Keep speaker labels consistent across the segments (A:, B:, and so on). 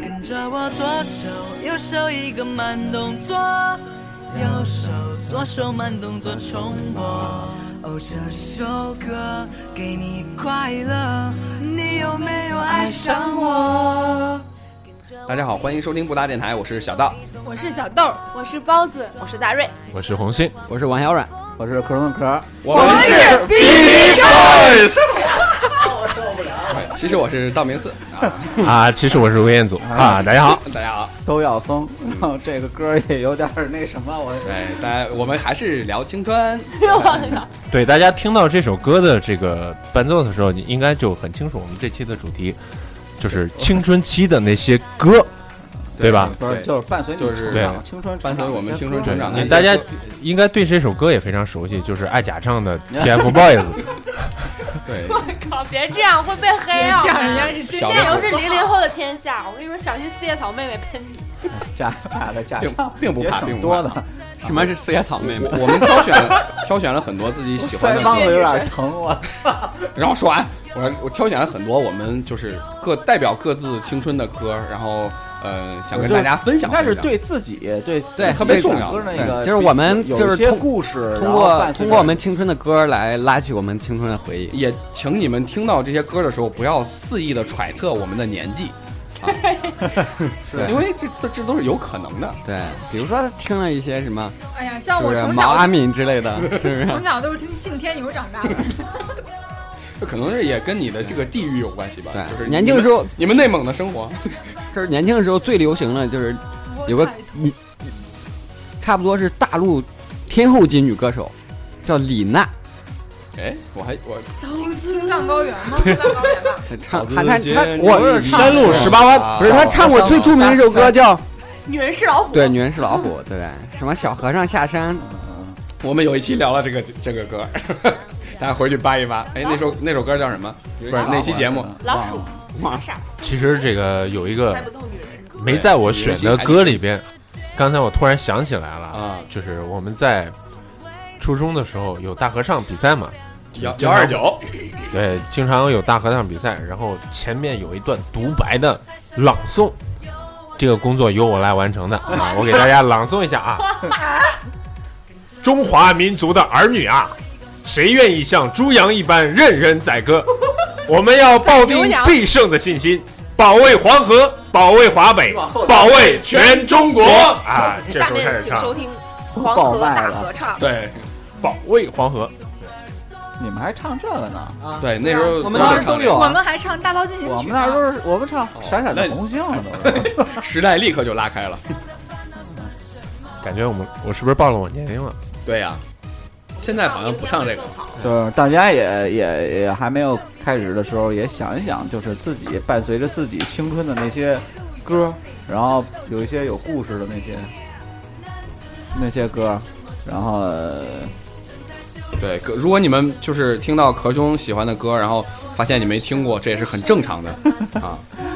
A: 跟着我左手右手一个慢动作，右手左手慢动作重播。哦，这首歌给你快乐，你有没有爱上我？
B: 大家好，欢迎收听不搭电台，我是小道，
C: 我是小豆，我是包子，
D: 我是大瑞，
E: 我是红心，
F: 我是王小软，
G: 我是壳中壳，
B: 我们是
C: B Boys。
B: 其实我是道明寺啊，
E: 啊，其实我是吴彦祖啊，大家好，
B: 大家好，
G: 都要疯。这个歌也有点儿那什么，我
B: 对，大家呃我们还是聊青春，
E: 对大家听到这首歌的这个伴奏的时候，你应该就很清楚我们这期的主题就是青春期的那些歌，对吧？
G: 不是就是伴随你
B: 就是
G: 成长，青春成
B: 伴随
G: 长
B: 我们
G: 一些
B: 青春
G: 歌
E: 对
B: 成长的
E: 你
B: 一些歌。
E: 大家应该对这首歌也非常熟悉，就是爱假唱的 TFBOYS。
B: 对，
D: 靠，别这样会被黑啊！
C: 讲人家是真
B: 小
D: 现在
B: 的
D: 又是零零后的天下，我跟你说，小心四叶草妹妹喷你。
G: 假假的假
B: 并
G: 唱
B: 并不
G: 也
B: 怕并
G: 挺
B: 不
G: 多
B: 怕
G: 的，
F: 什么是四叶草妹妹
B: 我？我们挑选了挑选了很多自己喜欢
G: 腮
B: 的
G: 帮
B: 歌，
G: 子有点疼我。
B: 然后说完，我我挑选了很多我们就是各代表各自青春的歌，然后呃想
G: 我
B: 跟
G: 就
B: 大家分享
G: 应该是
B: 分享。
G: 对自己对
B: 对
G: 自己
B: 特别
G: 选
B: 重要
G: 歌的那
B: 对
G: 个，
F: 就是我们
G: 有
F: 就是
G: 一些
F: 通
G: 故事，
F: 通
G: 然后
F: 过
G: 伴随
F: 通
G: 着
F: 过我们青春的歌来拉起我们青春的回忆。
B: 也请你们听到这些歌的时候，不要肆意的揣测我们的年纪，啊
F: 对
B: 因为这这这都是有可能的。
F: 对，比如说听了一些什么，
C: 哎呀，像
F: 是不
C: 我
F: 是
C: 从
F: 毛阿
C: 小
F: 敏之类的，是不是？
C: 从小都是听信天游长 大的，
B: 这可能是也跟你的这个地域有关系吧，
F: 对
B: 就是
F: 年轻的时
B: 候
F: 候，
B: 你们内蒙的生活，
F: 就是年轻的时候最流行的就是有个女，差不多是大陆天后级女歌手，叫李娜，
B: 哎，我还我
C: 青青藏高原 吗？青藏高原吧，
F: 她唱她她她
G: 不
F: 我啊
G: 是唱山
E: 路十八弯
F: 不是她唱过最著名的一首歌叫
D: 女人是老虎，
F: 对，女人是老虎，对什么小和尚下山，
B: 我们有一期聊了这个这个歌， 大家回去扒一扒。哎，那首那首歌叫什么？不是那期节目，
D: 老鼠
B: 忘了
D: 傻
E: 其实这个有一个
D: 猜不透女人。
E: 没在我选的歌里边，刚才我突然想起来了，
B: 啊
E: 就是我们在初中的时候有大合唱比赛嘛，
B: 幺幺二九，
E: 对，经常有大合唱比赛，然后前面有一段独白的朗诵，这个工作由我来完成的啊，我给大家朗诵一下啊。中华民族的儿女啊，谁愿意像猪羊一般任人宰割？我们要抱定必胜的信心，保卫黄河，保卫华北，保卫全中国啊！这 时
D: 下
E: 候开
D: 面
E: 始
D: 请
E: 唱
D: 收，听黄河大合唱。
B: 对
E: 保卫黄河。
G: 你们还唱这个呢？
B: 对，那时候
G: 我们当时都有
C: 我
G: 啊。
C: 们还唱大道进行曲呢。
G: 我们那时候是我们唱闪闪的红星了都是。
B: 时代立刻就拉开了。
E: 感觉我们我是不是暴露我年龄了？
B: 对呀、现在好像不唱这个
D: 明天会更好。
G: 就是大家也也也还没有开始的时候，也想一想，就是自己伴随着自己青春的那些歌，然后有一些有故事的那些那些歌，然后呃
B: 对，可如果你们就是听到壳兄喜欢的歌，然后发现你没听过，这也是很正常 的啊。呃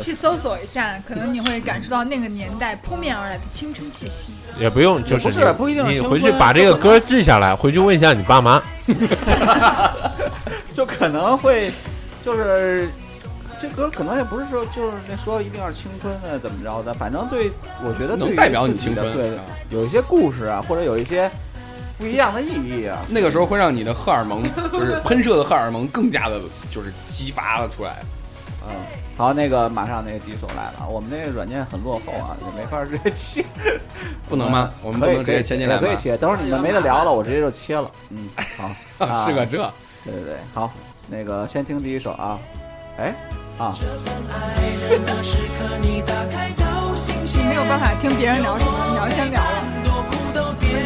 C: 去搜索一下，可能你会感受到那个年代扑面而来的青春气息。
E: 也不用，就是
G: 不是
E: 你
G: 不一定是
E: 你
G: 青
E: 回去
G: 春
E: 把这
G: 就
E: 个
G: 可
E: 歌记下来，回去问一下你爸妈。
G: 就可能会就是。这歌可能也不是说，就是那说一定要是青春的怎么着的，反正对，我觉得对
B: 能
G: 于
B: 代表你
G: 自己的
B: 青春
G: 对
B: 啊，
G: 有一些故事啊，或者有一些不一样的意义啊，
B: 那个时候会让你的荷尔蒙，就是喷射的荷尔蒙更加的，就是激发了出来。
G: 嗯，好，那个马上那个举手来了，我们那个软件很落后啊，也没法直接切， 嗯
B: 不能吗？我们不
G: 可以
B: 能直接牵进来
G: 可
B: 吗
G: 以？切，等会儿你们没得聊了，我直接就切了。嗯， 好，
B: 啊是个这，
G: 对对对，好，那个先听第一首啊，哎，啊，
C: 你没有办法听别人聊什么，你要先聊了。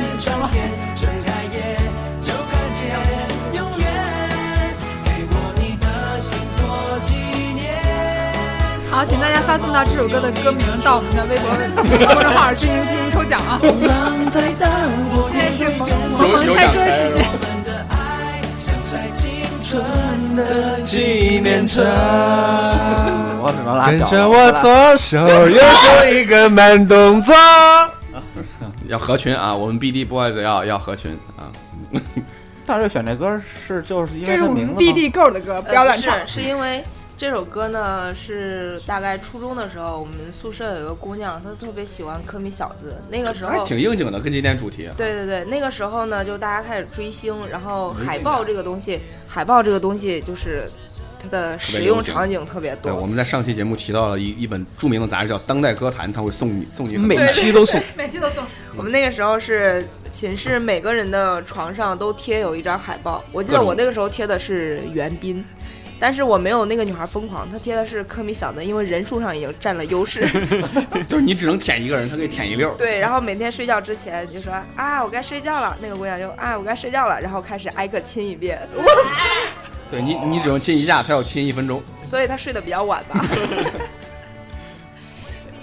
C: 好，请大家发送到这首歌的歌名到我们的微博、微博公众号进行进行抽奖啊！现在是萌萌萌猜歌时 间，
G: 我只能拉
E: 跟
G: 小了。
E: 着我
G: 拉
E: 左手右手一个慢动作。
B: 要合群啊！ 我们 BD Boys 要要合群啊！
G: 大瑞选这歌是就是因
C: 这
G: 为
C: 是我
G: 名
C: 们
G: 字吗
H: 呃
C: BD Girl 的歌，不要乱唱
D: 呃。不是是因为
H: 这首歌呢是大概初中的时候，我们宿舍有一个姑娘，她特别喜欢科米小子。那个时
B: 还
H: 候，
B: 挺应景的，跟今天主题。
H: 对对对，那个时候呢，就大家开始追星，然后海报这个东西，海报这个东西就是它的使用场景特别
B: 对，我
H: 多。
B: 们在上期节目提到了一一本著名的杂志叫《当代歌坛》，它会送你送你很
F: 每
B: 多
F: 期都送，
C: 每期都送。
H: 我们那个时候是寝室每个人的床上都贴有一张海报，我记
B: 各
H: 得
B: 种
H: 我那个时候贴的是袁彬。但是我没有那个女孩疯狂，她贴的是科米小子，因为人数上已经占了优 势。
B: 就是你只能舔一个人，他可以舔一溜儿。
H: 对，然后每天睡觉之前就说啊，我该睡觉了。那个姑娘就啊，我该睡觉了，然后开始挨个亲一遍。
B: 对你，你只能亲一下，他要亲一分钟。
H: 所以她睡得比较晚 吧，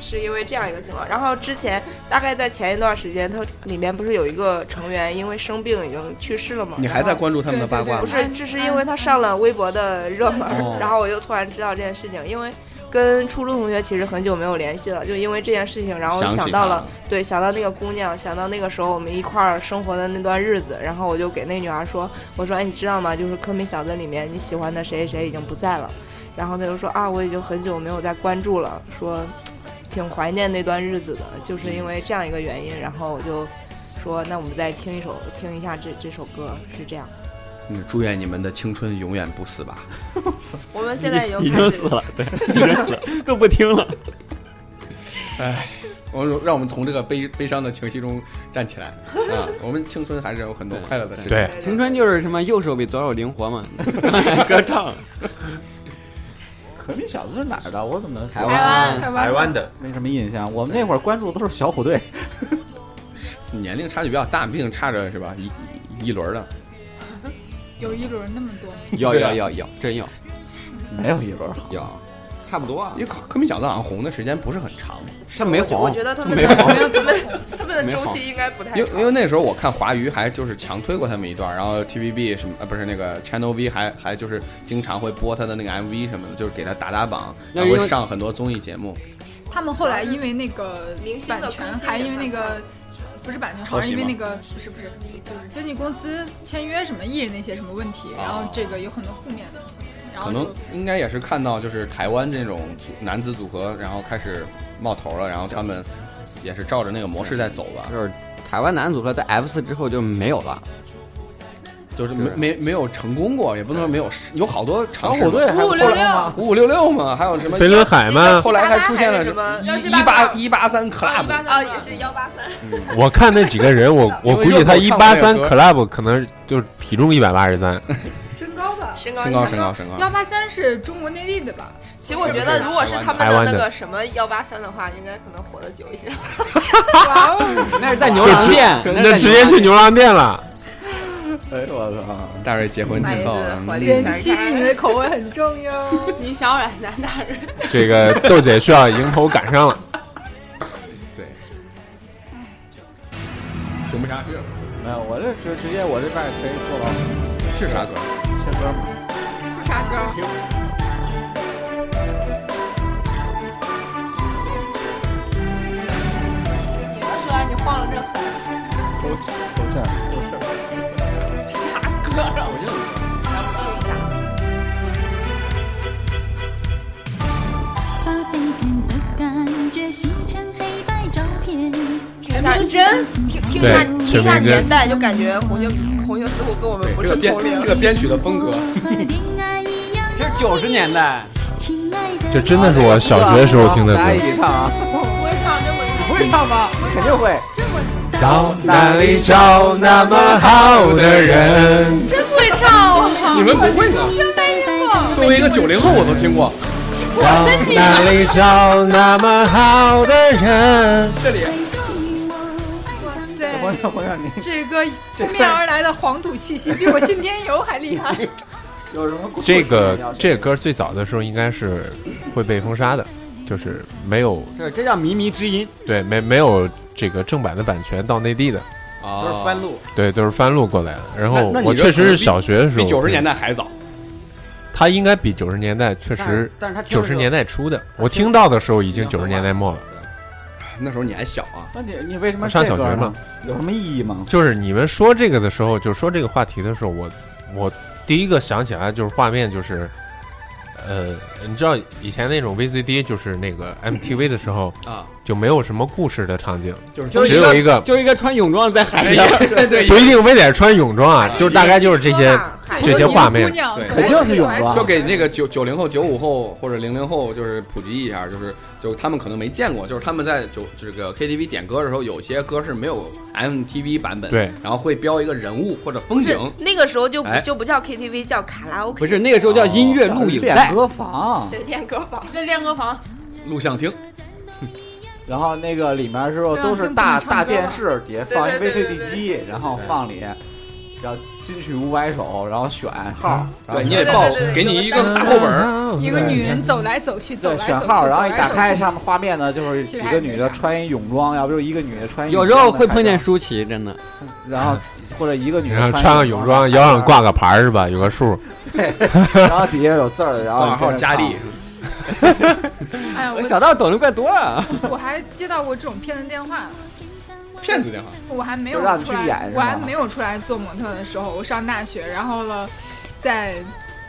H: 是因为这样一个情况。然后之前大概在前一段时间，她里面不是有一个成员因为生病已经去世了吗？
B: 你还在
H: 然后
B: 关注他们的八卦
H: 不
B: 吗？
H: 是，这是因为她上了微博的热门
B: 哦，
H: 然后我又突然知道这件事情，因为。跟初中同学其实很久没有联系了，就因为这件事情，然后我就
B: 想
H: 想
B: 起
H: 到
B: 他
H: 了对，想到那个姑娘，想到那个时候我们一块儿生活的那段日子，然后我就给那女孩说，我说，哎，你知道吗？就是《科米小子》里面你喜欢的谁谁谁已经不在了，然后她就说啊，我已经很久没有再关注了，说挺怀念那段日子的，就是因为这样一个原因，然后我就说，那我们再听一首，听一下这这首歌，是这样。
B: 嗯，祝愿你们的青春永远不死吧。
H: 我们现在已经
I: 已
H: 开
I: 经
H: 始
I: 死了，对，已经死了，都不听 了。
B: 哎我们让我们从这个悲悲伤的情绪中站起来啊！我们青春还是有很多快乐的事情。
E: 对，
F: 青春就是什么右手比左手 灵活嘛。
I: 歌唱，
G: 可米小子是哪儿的？我怎么
F: 台湾
C: 台
E: 台
C: 湾
E: 湾的
G: 没什么印象？我们那会儿关注的都是小虎 队，
B: 年龄差距比较大，毕竟差着是吧一一一轮儿的。
C: 有一轮那么多，
F: 要
B: 对
F: 要
B: 啊
F: 要要，真要
G: 没有一轮好。
F: 要，差不多啊
B: 因为，科科米小子好像红的时间不是很长，
F: 他没黄，
H: 我觉得他们
F: 没
H: 的
F: 黄，
H: 他们 他们的
F: 没
H: 周
F: 好
H: 期应该不太
B: 因为因为
H: 长。
B: 那时候我看华娱还就是强推过他们一段，然后 TVB 什么呃不是那个 Channel V 还还就是经常会播他的那个 MV 什么的，就是给他打打榜，
F: 那
B: 然后
F: 因为
B: 会上很多综艺节目。
C: 他们后来因为那个
H: 明星的更
C: 版权，
H: 新
C: 还
H: 也
C: 因为那
H: 很
C: 个不是版权，
B: 抄
C: 好像
B: 袭
C: 因为
B: 吗
C: 那个不是不是，就是经纪公司签约什么艺人那些什么问题，
B: 哦
C: 然后这个有很多负面的东西，然
B: 可
C: 后
B: 能
C: 就
B: 应该也是看到就是台湾这种组男子组合，然后开始冒头了，然后他们也是照着那个模式在走吧，
F: 就是台湾男组合在 F 四之后就没有了，
B: 就是
F: 是
B: 没没没有成功过，也不能说没有试，有好多
G: 小
B: 尝试
G: 虎
B: 嘛。
G: 啊队还有
D: 五五六六，
B: 五五六六嘛，还有什么
E: 飞轮海吗？
B: 后来还出现了
H: 什
B: 什
H: 么
B: 一八一八三 club，
H: 啊，也是幺八三，
E: 我看那几个人，我我估计他
B: 因为
E: 一
B: 热狗
E: 八
B: 唱
E: 三
B: 不了歌
E: club 可能就是体重一百八十三，
C: 身高吧，
H: 身高
B: 身高身高身高
C: 幺，八三是中国内地的吧？
H: 其实我觉得，如果是他们
E: 台
H: 的
E: 湾
H: 那
E: 的
H: 个什么幺八三的话，应该可能活得久一些。
C: 哇哦，
F: 那是在牛郎店，是在
E: 那直接去牛郎店了。
G: 哎呦我操！
B: 大瑞结婚之后啊，
H: 买一个火力
C: 人妻你的口味很重哟。
D: 你小软男大人，
E: 这个豆姐需要迎头赶上了。
B: 对，听不下去了，
G: 没有，我这直直接我这边可以做到
B: 是啥歌？
G: 切歌吗？
C: 啥歌？
D: 你的歌你晃了这狠，
G: 勾起勾线勾线。
J: 把被骗的感觉形成黑白照片。
H: 听一下，真听听一下，
E: 对
H: 听一下
E: 陈明
H: 年
E: 根
H: 代，就感觉红星红星似乎跟我们
B: 对，
H: 不
B: 这
H: 是
B: 个编
H: 同龄
B: 这。个编曲的风格，
J: 和恋爱 一样
F: 这是九十年代，
J: 亲爱的
E: 这真的是我小学时候听的歌
F: 大家一起唱啊，
D: 不会唱这回
F: 不会唱吗？
G: 肯定会。
E: 到哪里找那么好的人？
D: 会唱
B: 你们不会呢？
J: 拜拜
B: 作为一个九零后，我都听过。
E: 到哪里找那么好的人？
B: 这里
C: 对，
G: 我我让你
C: 这个扑面而来的黄土气息比我信天游还厉害。
G: 有什么故事
E: 这
G: 你
E: 个
G: 要
E: 这个歌最早的时候应该是会被封杀的，就是没有
F: 这这叫靡靡之音，
E: 对没没有这个正版的版权到内地的，
B: 啊
G: 都是
F: 哦
G: 翻录，
E: 对，都是翻录过来的。然后
B: 那那你
E: 我
B: 这
E: 确实
B: 可能
E: 是
B: 比
E: 小学的时候
B: 比
E: 听，
B: 九十年代还早。
E: 他应该比九十年代确
F: 但
E: 实
F: 是，但是他听
E: 九
F: 的时
E: 十
F: 候
E: 年代初的，我听到的时候已经九十年代末了。
B: 那时候你还小啊，
G: 那你你为什么
E: 我上
G: 这
E: 小
G: 歌
E: 学
G: 呢
E: 嘛？
G: 有什么意义
B: 嗯
G: 吗？
E: 就是你们说这个的时候，就说这个话题的时候，我我第一个想起来就是画面就是，呃，你知道以前那种 VCD 就是那个 MTV 的时候
B: 啊，
E: 就没有什么故事的场景，
B: 就是
E: 只有一个，哎
F: 就是一个穿泳装在海边，
B: 对
E: 不一定非得穿泳装啊，就是大概就是这些这些画面。
B: 对，
G: 哦肯定是泳装啊
B: 就给那个九九零后、九五后或者零零后，就是普及一下，就是就他们可能没见过，就是他们在九这个 KTV 点歌的时候，有些歌是没有 MTV 版本，
E: 对，
B: 然后会标一个人物或者风景，
D: 那个时候就不
B: 哎
D: 就不叫 KTV，叫卡拉 OK，
F: 不是那个时候叫音乐录影带
G: 练，歌房，
D: 对练歌房，对练歌房，
B: 录像厅，
G: 然后那个里面是都是大大电视，底下放一 VCD 机，然后放里，然后进去五百首，然后选号，然后
B: 对你得报给你一个大厚本儿，
C: 一个女人走来走去，走
G: 对
C: 来走去，
G: 选号，然后一
C: 走来
G: 打
C: 走
G: 开
C: 去
G: 上面画面呢，就是几个女的穿一泳装，要不就一个女的穿一
F: 有时候会碰见，舒淇，真的。
G: 然后或者一个啊女
E: 然后
G: 的
E: 穿个泳装，腰上挂个牌儿是吧？有个数，
G: 然后底下有字儿，然后
B: 多少号佳丽，
C: 哎呀，
F: 我
C: 我
F: 小道懂得怪多啊了，
C: 我还接到过这种骗子电话，
B: 骗子电话，
C: 我还没有
G: 就让你
C: 出
G: 去演
C: 来
G: 是，
C: 我还
G: 吧
C: 没有出来做模特的时候，我上大学，然后了，在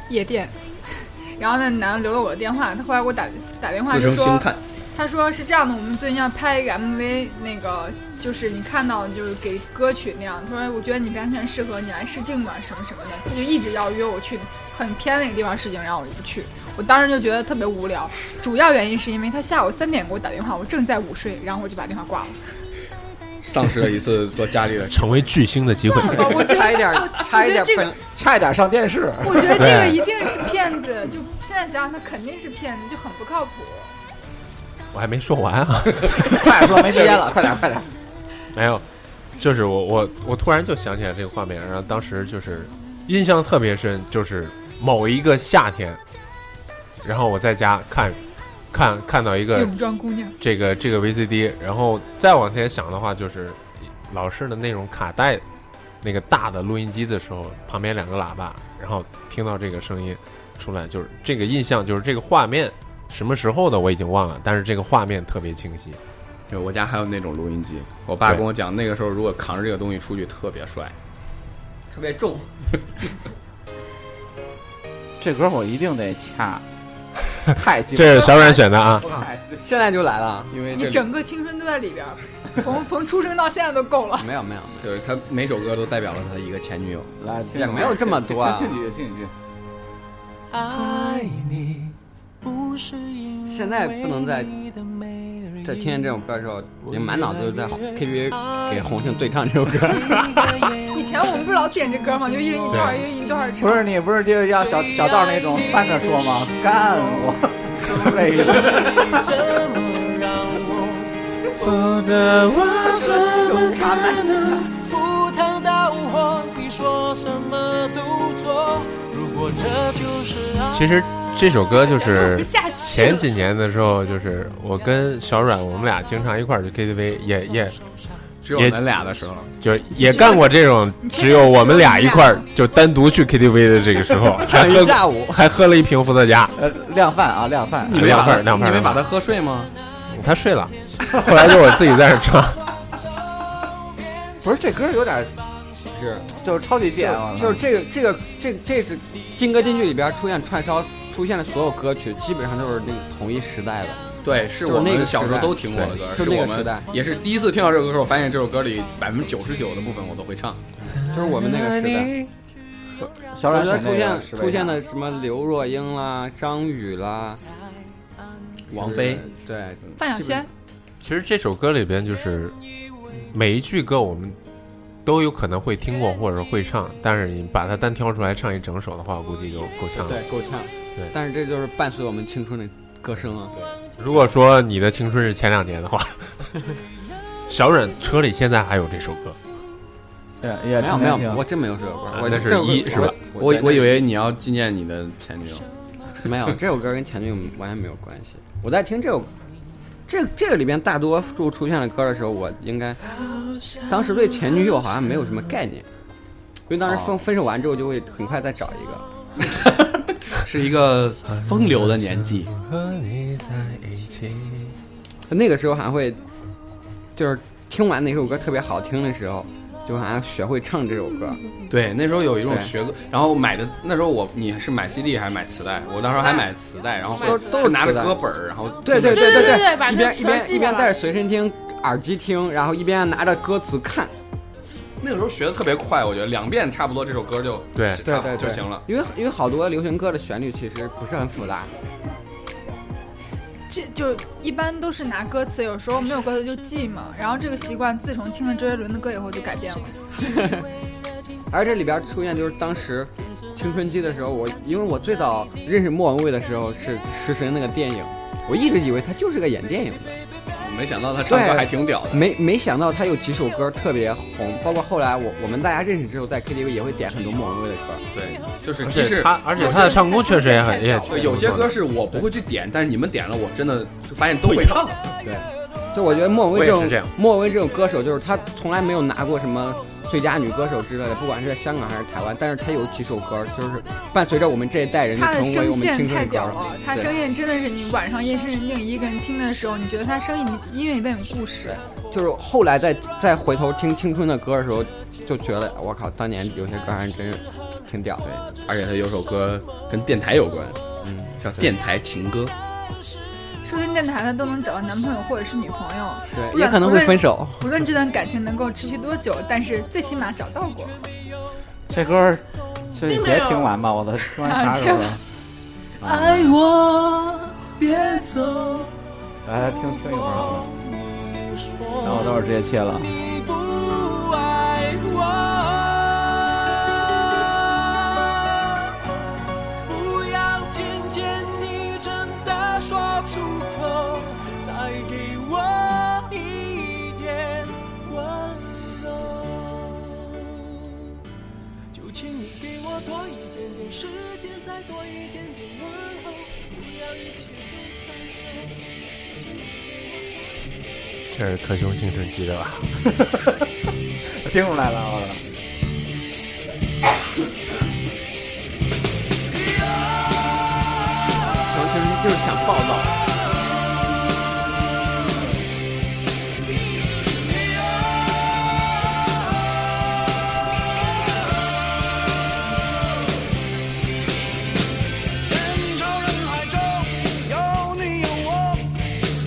C: 夜店， 然后那男的留了我的电话，他后来给我打打电话
B: 自
C: 就
B: 称星
C: 说，
B: 探，
C: 他说是这样的，我们最近要拍一个 MV，那个就是你看到的就是给歌曲那样，他说我觉得你完全适合，你来试镜吧，什么什么的，他就一直要约我去很偏那个地方试镜，然后我就不去。我当时就觉得特别无聊，主要原因是因为他下午三点给我打电话，我正在午睡，然后我就把电话挂了。
B: 丧失了一次做佳丽的
E: 成为巨星的机 会。
C: 我觉得
F: 差一点，差一点
C: 这个
F: 碰。
G: 差一点上电视。
C: 我觉得这个一定是骗子，就现在想想，他肯定是骗子，就很不靠谱。
E: 我还没说完啊。
G: 快点说，没时间了，快点快点。
E: 没有，就是我我我突然就想起来这个画面，然后当时就是印象特别深，就是某一个夏天，然后我在家看，看看到一个
C: 泳装姑娘，
E: 这个这个 VCD，然后再往前想的话，就是老式的那种卡带，那个大的录音机的时候，旁边两个喇叭，然后听到这个声音出来，就是这个印象，就是这个画面。什么时候的我已经忘了，但是这个画面特别清晰。
B: 对，我家还有那种录音机，我爸
E: 对
B: 跟我讲，那个时候如果扛着这个东西出去特别帅，
F: 特别重，
G: 这歌我一定得掐，太激
E: 这是小阮选的啊，
F: 现在就来了。
B: 因为这
C: 你
B: 里
C: 整个青春都在里边儿，从从出生到现在都够 了。
F: 没有没有，没
B: 就是他每首歌都代表了他一个前女友，
G: 来
F: 也没有这么多 啊
G: 听几句，听几句。
A: 爱你不是因为
F: 现在不能再
A: 你的美丽
F: 有这听见这种歌的时候，我就满脑子都在 KTV 给红杏对唱这首歌。
C: 以前我们不是老点这歌吗？就一人一段儿，一人一段儿唱。
G: 不是你不是就像小小道那种翻着说吗？干 我，是不是这意思？
A: 否则我怎么可能赴汤蹈火？你说什么都做。如果这就是爱，
E: 其实这首歌就是
D: 录不下去
E: 前
D: 了。
E: 几年的时候，就是我跟小阮，我们俩经常一块儿去 KTV，也也
B: 只有
E: 也
B: 咱俩的时候，
E: 就是也干过这种只有我们俩一块儿就单独去 KTV 的这个时 候，还喝
F: 下午
E: 还喝了一瓶伏特加，
G: 呃，量贩啊，量贩。
E: 两
B: 把
E: 份
B: 他
E: 儿两份儿
B: 你没
E: 两份
B: 把
E: 儿
B: 他喝睡吗？
E: 他睡 了，后来就我自己在那儿唱，
G: 不是这歌有点
F: 是，
G: 就是超级贱啊，
F: 就是这个这个这这是劲歌金曲里边出现串烧出现的所有歌曲，基本上都是那个同一时代的，
B: 对，是
F: 就是
B: 我
F: 那
B: 们
F: 个
B: 小时
F: 时
B: 候
F: 代
B: 都听过的歌，
F: 就是那
B: 我
F: 个时代
B: 们也是第一次听到这首歌时候，发现这首歌里百分之九十九的部分我都会唱。
F: 就是我们那个时代。
G: 小
F: 我
G: 阮
F: 觉
G: 选
F: 得出
G: 这个
F: 现
G: 是为啥
F: 出现的什么刘若英啦、张宇啦、
B: 王菲
F: 是，对，
C: 范晓萱，
E: 其实这首歌里边就是每一句歌我们都有可能会听过或者会唱，但是你把它单挑出来唱一整首的话，估计就够呛了。
F: 对，够呛。
E: 对
F: 但是这就是伴随我们青春的歌声啊。
E: 如果说你的青春是前两年的话，小阮车里现在还有这首歌，
A: 呃
G: 也也
F: 没有没
A: 啊
F: 有，我真没有这首歌，我
A: 哎
E: 那是
F: 这
E: 一是吧？
B: 我
F: 我
B: 我以为你要纪念你的前女友，
F: 没有这首歌跟前女友完全没有关系。我在听这首这这个里边大多数出现的歌的时候，我应该当时对前女友好像没有什么概念，因为
B: 哦
F: 当时分分手完之后就会很快再找一个。
B: 是一个风流的年纪。
E: 和你在一起。
F: 那个时候还会，就是听完哪首歌特别好听的时候，就好像学会唱这首歌。
B: 对，那时候有一种
F: 对
B: 学歌，然后买的那时候我你是买 CD 还是买磁带？我那时候还买磁带，然后
F: 都都是
B: 拿着
F: 磁带
B: 歌本儿，然后
F: 对对
B: 对
F: 对
C: 对对把
F: 一
C: 那
F: 边一
C: 词儿
F: 边
C: 记
F: 一边
C: 下来
F: 带着随身听、耳机听，然后一边拿着歌词看。
B: 那个时候学的特别快，我觉得两遍差不多这首歌就
E: 对
B: 差
F: 对
B: 不多
F: 对
B: 就
F: 对
B: 行了。
F: 因为因为好多流行歌的旋律其实不是很复杂，
C: 这就一般都是拿歌词，有时候没有歌词就记嘛。然后这个习惯自从听了周杰伦的歌以后就改变了。
F: 而这里边出现就是当时青春期的时候，我因为我最早认识莫文蔚的时候是《食神》那个电影，我一直以为他就是个演电影的，
B: 我没想到他唱歌
F: 对
B: 还挺屌的。
F: 没没想到他有几首歌特别红，包括后来我我们大家认识之后，在 KTV 也会点很多莫文蔚的歌。
B: 对，就是
E: 而
B: 即
E: 且
B: 使
E: 他，而且他的唱功确实也很也挺
B: 对有些歌是我不会去点，但是你们点了，我真的就发现都会唱。
F: 就我觉得莫文蔚
E: 我
F: 这
E: 也
F: 种
E: 是这样
F: 莫文蔚这种歌手，就是她从来没有拿过什么最佳女歌手之类的，不管是在香港还是台湾，但是她有几首歌就是伴随着我们这一代人就
C: 他的
F: 成为
C: 声
F: 我们
C: 线
F: 青春
C: 太
F: 的歌
C: 屌
F: 手。
C: 了，他
F: 对
C: 声线真的是你晚上夜深人静一个人听的时候，你觉得他声音里音乐里面有故事。
F: 就是后来再再回头听青春的歌的时候，就觉得哎我靠，当年有些歌还真是挺屌的。
B: 对，而且他有首歌跟电台有关，
F: 嗯，
B: 叫《电台情歌》。
C: 收听电台的都能找到男朋友或者是女朋友，
F: 对，也可能会分手。
C: 不论这段感情能够持续多久，但是最起码找到过。
G: 这歌儿，这你别听完吧，我的听完啥时候
C: 啊
G: 了？啊
A: 爱我别走，
G: 来来听听一会儿好了，
C: 啊
G: 然后我待会儿直接切了。
A: 你不爱我，不要听见你真的说出口，再给我一点温柔。就请你给我多一点点时间，再多一点点问候，不要一切都带走。
E: 这是可兄青春期的吧？
G: 听出来了， 我的。
F: 然后就是就是想暴躁，
A: 人潮人海中有你有我，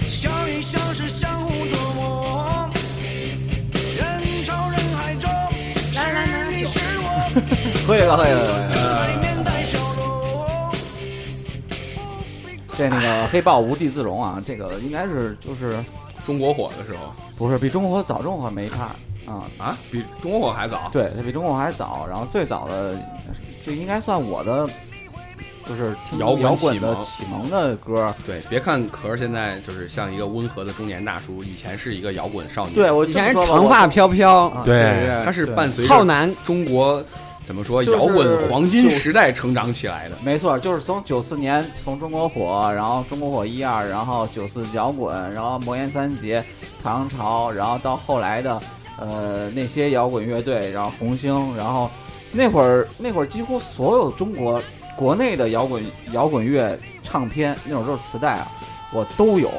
A: 相依相识，相互折磨。人潮人海中是你是我，
G: 喝一个，喝一个。
A: 外面带笑容。
G: 这那个黑豹无地自容啊，这个应该是就是
B: 中国火的时候
G: 不是比中国早中国没差啊、
B: 啊，比中国火还早。
G: 对，它比中国还早。然后最早的，这应该算我的，就是听
B: 摇
G: 摇
B: 滚启
G: 滚的
B: 蒙
G: 启蒙的歌。
B: 啊对，别看壳儿现在就是像一个温和的中年大叔，以前是一个摇滚少年。
G: 对，，我
F: 以
G: 这么
F: 前是
G: 说吧
F: 长
G: 我
F: 发飘飘，
G: 啊
E: 对
B: 他是伴随
F: 浩
B: 着
F: 南
B: 中国怎么说
G: 就是
B: 摇滚黄金
G: 就是
B: 时代成长起来的。
G: 没错，就是从九四年从中国火，然后中国火一二，然后九四摇滚，然后魔岩三杰、唐朝，然后到后来的呃那些摇滚乐队，然后红星，然后那会儿那会儿几乎所有中国国内的摇滚摇滚乐唱片，那种就是磁带啊，我都有。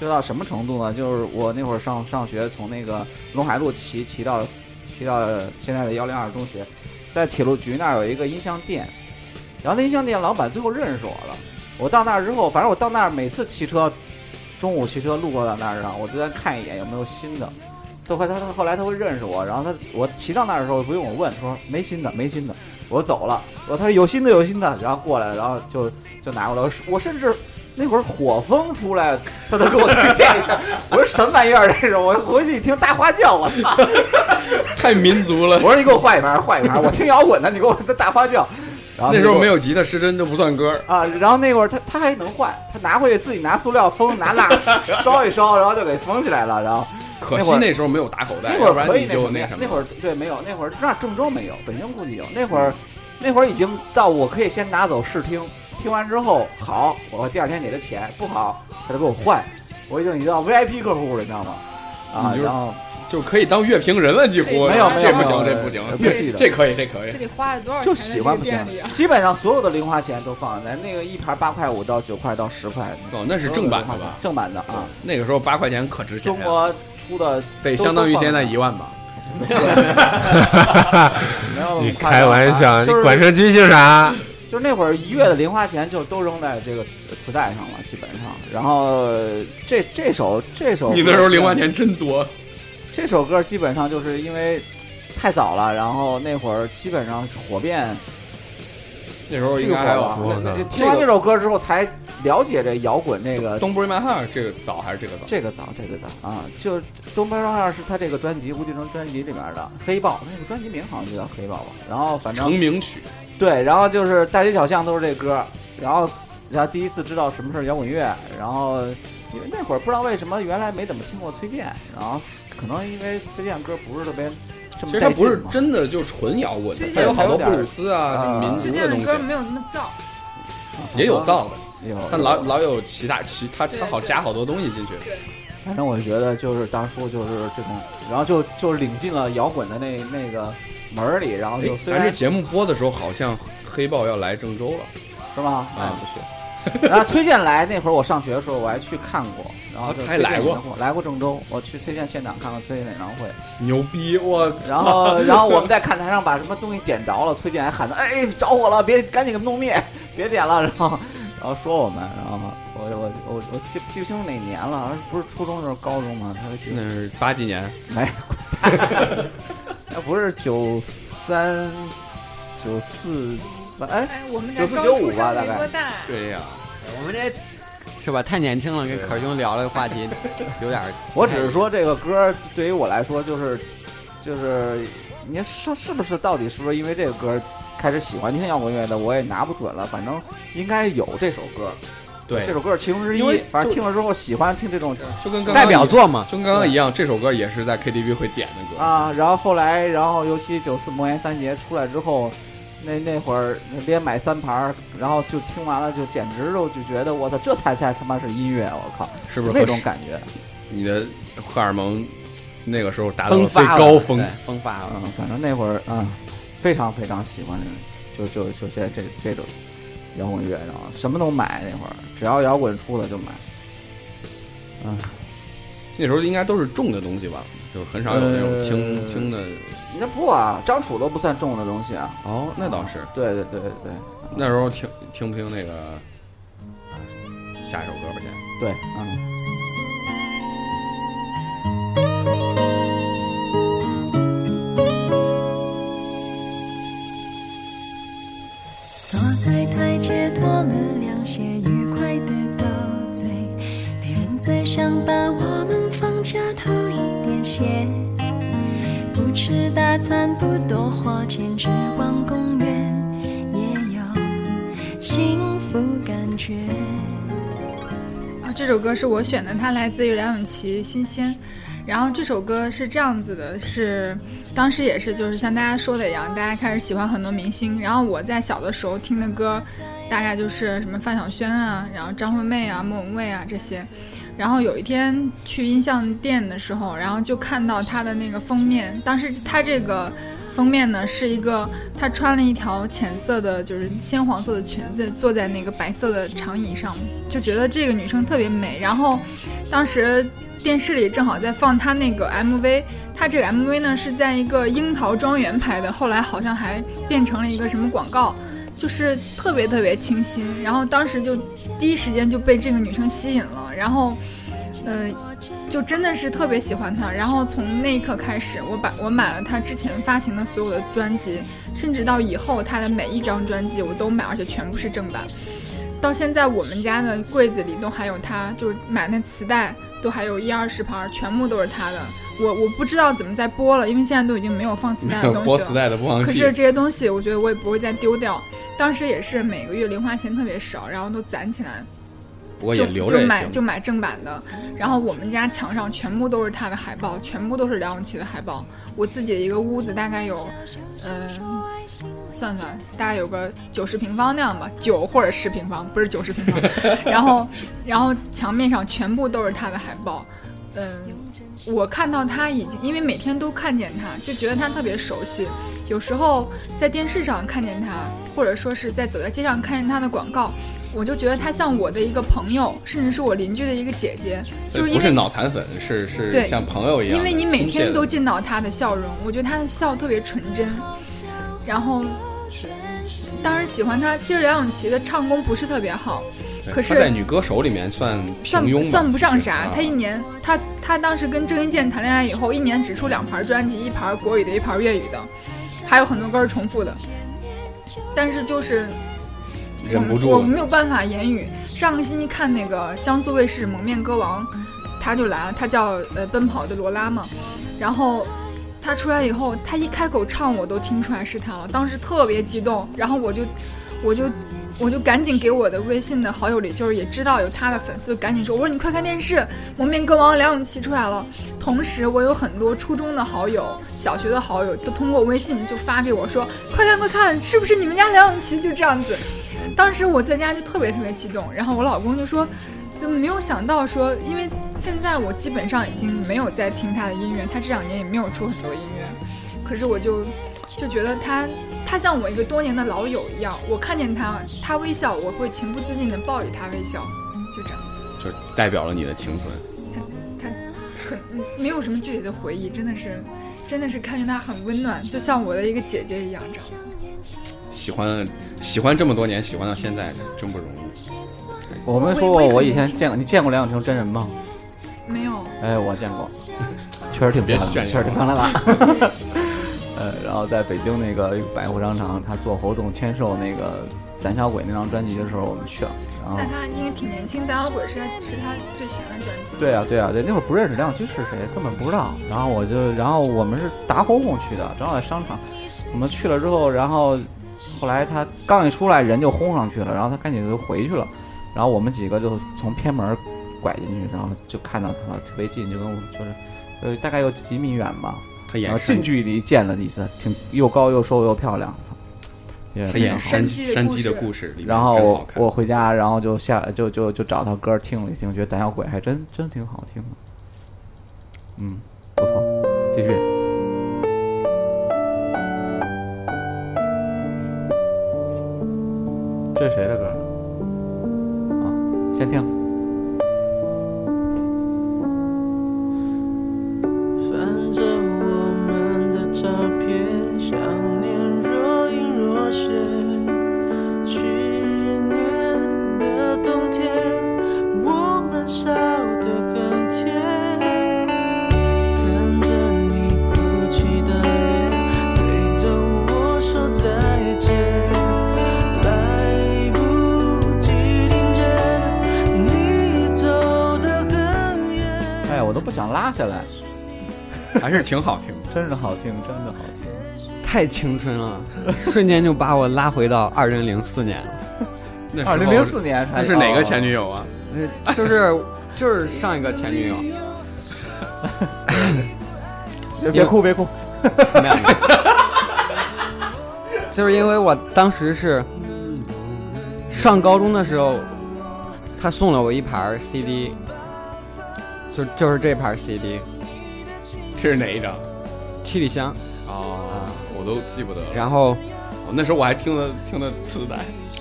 G: 就到什么程度呢？就是我那会儿上上学，从那个陇海路骑骑到骑到现在的幺零二中学，在铁路局那儿有一个音像店，然后那音像店老板最后认识我了。我到那儿之后，反正我到那儿每次骑车，中午骑车路过到那儿啊，我就在看一眼有没有新的。都快他他后来他会认识我，然后他我骑到那儿的时候不用我问，说没新的没新的，我走了。我他说有新的有新的，然后过来，然后就就拿过来。我甚至那会儿火风出来，他都给我推荐一下。我说什么玩意儿这是？我回去一听大花轿，我操！
B: 太民族了。
G: 我说你给我换一盘换一盘，我听摇滚的，你给我这大花轿。然后
B: 那时候
G: 有。
B: 没有吉他失真就不算歌。
G: 啊，然后那会儿他他还能换，他拿回去自己拿塑料封，拿 蜡
C: 哎
G: 烧一烧，然后就给封起来了。然后
B: 可惜
G: 那会儿
B: 那时候没有打口袋，
G: 那会
B: 要不
G: 儿
B: 然
G: 可以
B: 你就
G: 什么呀
B: 什，么
G: 那。会儿对没有，那会儿那郑州没有，北京估计有。那会儿那会儿已经到我可以先拿走试听，听完之后好，我第二天给他钱，不好他就给我换，我已经已经到 VIP 客户了，你知道吗？啊
B: 你，就是
G: 然后
B: 就可以当乐评人了，几乎。
G: 没有没有
B: 这不行，
G: 没有
B: 这不行，
G: 不记
B: 这
G: 得
B: 这可以，这
F: 哎
B: 可以
C: 这。得花了多少
G: 就
C: 钱
G: 喜
C: 在
G: 欢
C: 这
G: 不
C: 个
G: 喜
C: 店
G: 欢
C: 里啊，？
G: 基本上所有的零花钱都放在那个一盘八块五到九块到十块，
B: 哦，那是正版的吧？
G: 正版的啊，
B: 那个时候八块钱可值钱
G: 中
B: 呀，
G: 国出的
B: 得相当于现在一万吧。
G: 没有那么
E: 你
G: 夸张
E: 开玩笑
G: 啊
E: 你
G: 就是
E: 管社区姓啥？
G: 就那会儿一月的零花钱就都扔在这个磁带上了，基本上。然后这这首这首
B: 你那时候零花钱真多，
G: 这首歌基本上就是因为太早了，然后那会儿基本上火遍。
B: 那时候应该还
E: 啊
B: 有啊
G: 这个火了
B: 那那
G: 听完这首歌之后才了解这摇滚这个
B: Don't Break My Heart 这个早还是这个早？
G: 这个早，这个早啊！就《东北上二》是他这个专辑《无敌城》专辑里面的《黑豹》，那个专辑名好像就叫《黑豹》吧。然后反正
B: 成名曲，
G: 对，然后就是大街小巷都是这歌，然后然后第一次知道什么是摇滚乐，然后因为那会儿不知道为什么原来没怎么听过崔健，然后可能因为崔健歌不是特别这
B: 其
G: 么
B: 实
G: 带
B: 它
G: 劲
B: 不是
G: 嘛
B: 真的就纯摇滚的
C: 对，
B: 它有好多
G: 它有
B: 布
G: 点
B: 鲁斯啊、
G: 啊
B: 民
C: 推
B: 族
C: 荐
B: 的东
C: 的
B: 西
C: 歌，没有那么燥，
B: 也有造的，
G: 有，
B: 但老老有其他其他
C: 对
B: 它好加好多东西进去。
G: 反正我觉得就是当初就是这种，然后就就领进了摇滚的那那个门儿里，然后就
B: 哎，
G: 虽
B: 咱这
G: 然
B: 节目播的时候，好像黑豹要来郑州了。
G: 是
B: 啊
G: 吗？那啊也不去。然后崔健来那会儿，我上学的时候我还去看过，然后
B: 哦
G: 就
B: 他还
G: 崔健
B: 来过
G: 演唱会，来过郑州，我去崔健现场看过崔健演唱会，
B: 牛逼！我
G: 然后，然后我们在看台上把什么东西点着了，崔健还喊的，哎，着火了，别赶紧给弄灭， 别点了。然后，然后说我们，然后我我我我记记不清哪年了，好像不是初中的时候，高中嘛，他记
B: 那是八几年，
G: 没， 那不是九三九四吧？哎，
C: 哎，我们家
G: 94
C: 刚
G: 95
C: 出
G: 吧
C: 生
G: 大
C: 没
G: 概
C: 多大，啊
B: 对呀，
F: 我们这是吧？太年轻了，跟可儿兄聊了个话 题，有点儿
G: 我只是说这个歌对于我来说就是就是，你说是不是？到底是不是因为这个歌开始喜欢听摇滚乐的？我也拿不准了，反正应该有这首歌。
B: 对
G: 这，首歌是其中之
B: 因
G: 一
B: 为，
G: 反正
B: 就
G: 听了之后喜欢听这种
B: 就跟刚刚
F: 代表作嘛。
B: 就跟刚刚一样，这首歌也是在 KTV 会点的歌。
G: 啊。然后后来，然后尤其九四魔岩三杰出来之后，那那会儿连买三盘儿，然后就听完了，就简直就就觉得我操，这才才他妈是音乐，我靠，
B: 是不是
G: 那
B: 和
G: 种感觉？
B: 你的荷尔蒙那个时候达 到
F: 崩
B: 了最
F: 发了
B: 高峰
F: 对？崩发了。
G: 嗯，反正那会儿嗯，非常非常喜欢这，就就就这这这种摇滚乐，然后什么都买。那会儿只要摇滚出了就买。嗯
B: 那时候应该都是重的东西吧，就很少有那种轻
G: 呃
B: 轻的。
G: 那不啊，张楚都不算重的东西啊。
B: 哦，那倒是。
G: 对对对对对
B: 那时候听听不听那个啊下一首歌吧，先。
G: 对，嗯。
J: 坐在台阶，脱了凉鞋，愉快的斗嘴。没人再想把我们放下，偷一点些。不吃大餐，不多花钱，只逛公园，也有幸福感觉。
C: 啊，这首歌是我选的，它来自于梁咏琪《新鲜》。然后这首歌是这样子的，是当时也是就是像大家说的一样，大家开始喜欢很多明星。然后我在小的时候听的歌，大概就是什么范晓萱啊，然后张惠妹啊、莫文蔚啊这些。然后有一天去音像店的时候，然后就看到她的那个封面，当时她这个封面呢是一个她穿了一条浅色的，就是鲜黄色的裙子，坐在那个白色的长椅上，就觉得这个女生特别美。然后当时电视里正好在放她那个 MV，她这个 MV 呢是在一个樱桃庄园拍的，后来好像还变成了一个什么广告。就是特别特别清新，然后当时就第一时间就被这个女生吸引了，然后，呃，就真的是特别喜欢她。然后从那一刻开始，我把我买了她之前发行的所有的专辑，甚至到以后她的每一张专辑我都买，而且全部是正版。到现在我们家的柜子里都还有她，就是买那磁带都还有一二十盘儿，全部都是她的。我我不知道怎么再播了，因为现在都已经没有放磁带的东西
B: 播
C: 了
B: 磁。带的播放
C: 可
B: 器
C: 是。这些东西，我觉得我也不会再丢掉。当时也是每个月零花钱特别少，然后都攒起来，
B: 不过也
C: 就
B: 留着
C: 就
B: 也
C: 买
B: 行。
C: 就买正版的。然后我们家墙上全部都是他的海报，全部都是梁咏琪的海报。我自己一个屋子大概有，嗯、算算大概有个九十平方那样吧，九或者十平方，不是九十平方。 然后，然后墙面上全部都是他的海报。嗯，我看到他已经，因为每天都看见他，就觉得他特别熟悉。有时候在电视上看见他，或者说是在走在街上看见他的广告，我就觉得她像我的一个朋友，甚至是我邻居的一个姐姐，就是因
B: 不
C: 为
B: 是脑残粉，是是
C: 对
B: 像朋友一样的，
C: 因为你每
B: 亲切
C: 天
B: 的
C: 都见到她的笑容，我觉得她的笑特别纯真。然后，当时喜欢她，其实梁咏琪的唱功不是特别好，
B: 对
C: 可
B: 她在
C: 是
B: 女歌手里面算平
C: 算
B: 庸吧，
C: 算不上
B: 是
C: 啥
B: 啊。
C: 她一年，她她当时跟郑伊健谈恋爱以后，一年只出两盘专辑，一盘国语的，一盘粤语的，还有很多歌是重复的。但是就是
B: 忍不
C: 我
B: 住
C: 没
B: 了。
C: 有办法言语。上个星期看那个江苏卫视《蒙面歌王》，他就来了，他叫呃《奔跑的罗拉》嘛。然后他出来以后，他一开口唱，我都听出来是他了，当时特别激动。然后我就，我就，我就赶紧给我的微信的好友里，就是也知道有他的粉丝，就赶紧说，我说你快看电视，《蒙面歌王》梁咏琪出来了。同时，我有很多初中的好友、小学的好友都通过微信就发给我说，快看快看，是不是你们家梁咏琪？就这样子。当时我在家就特别特别激动，然后我老公就说，就没有想到说，因为现在我基本上已经没有在听他的音乐，他这两年也没有出很多音乐，可是我就就觉得他他像我一个多年的老友一样，我看见他他微笑，我会情不自禁的报以他微笑，就这样。
B: 就代表了你的青春，
C: 他可嗯没有什么具体的回忆，真的是真的是看见他很温暖，就像我的一个姐姐一样，这样。
B: 喜欢喜欢这么多年，喜欢到现在真不容易。
G: 我们说过，我以前见过，你见过梁咏琪真人吗？
C: 没有。
G: 哎，我见过， 确实挺漂亮
B: 别
G: 的，
B: 炫
G: 确实
B: 耀了
G: 挺漂亮的。 呃，然后在北京那个百货商场，他做活动签售那个《胆小鬼》那张专辑的时候，我们去了。然后
C: 但他应该挺年轻，《胆小鬼》是他是他最前的专辑。
G: 对啊，对啊，对，那会儿不认识梁咏琪是谁，根本不知道。然后我就，然后我们是打哄哄去的，正好在商场，我们去了之后，然后后来他刚一出来，人就轰上去了，然后他赶紧就回去了，然后我们几个就从偏门拐进去，然后就看到他了，特别近，就跟我就是，呃，大概有几米远吧，
B: 他
G: 然
B: 眼
G: 后
B: 神
G: 近距离见了一次，挺又高又瘦又漂亮，也
B: 他演
C: 山
B: 山鸡
C: 鸡
B: 山
C: 的
B: 鸡的
C: 故
B: 故事里面
G: 然
B: 真
G: 后
B: 好看
G: 我回家，然后就下就就就找他歌听了一听，觉得《胆小鬼》还真真挺好听的，嗯，不错，继续。这是谁的歌？啊，先听。
K: 翻着我们的照片，想念若隐若现。去年的冬天，我们笑得很甜，看着你哭泣的脸，陪着我说再见，来不及听见你走得很远。
G: 哎呀，我都不想拉下 来，
B: 还是挺好听
G: 的，真是好听，真的好听。
F: 太青春了，瞬间就把我拉回到二零零四年了。
B: 那时候2004年才那是哪个前女友啊
F: 那 就是就是上一个前女友。
G: 别哭别哭，
F: 没有没有，就是因为我当时是上高中的时候，他送了我一盘儿 CD，就就是这盘儿 CD，
B: 这是哪一张？
F: 七里香。
B: 哦， 我都记不得了。
F: 然后
B: 我那时候我还听了听了磁带，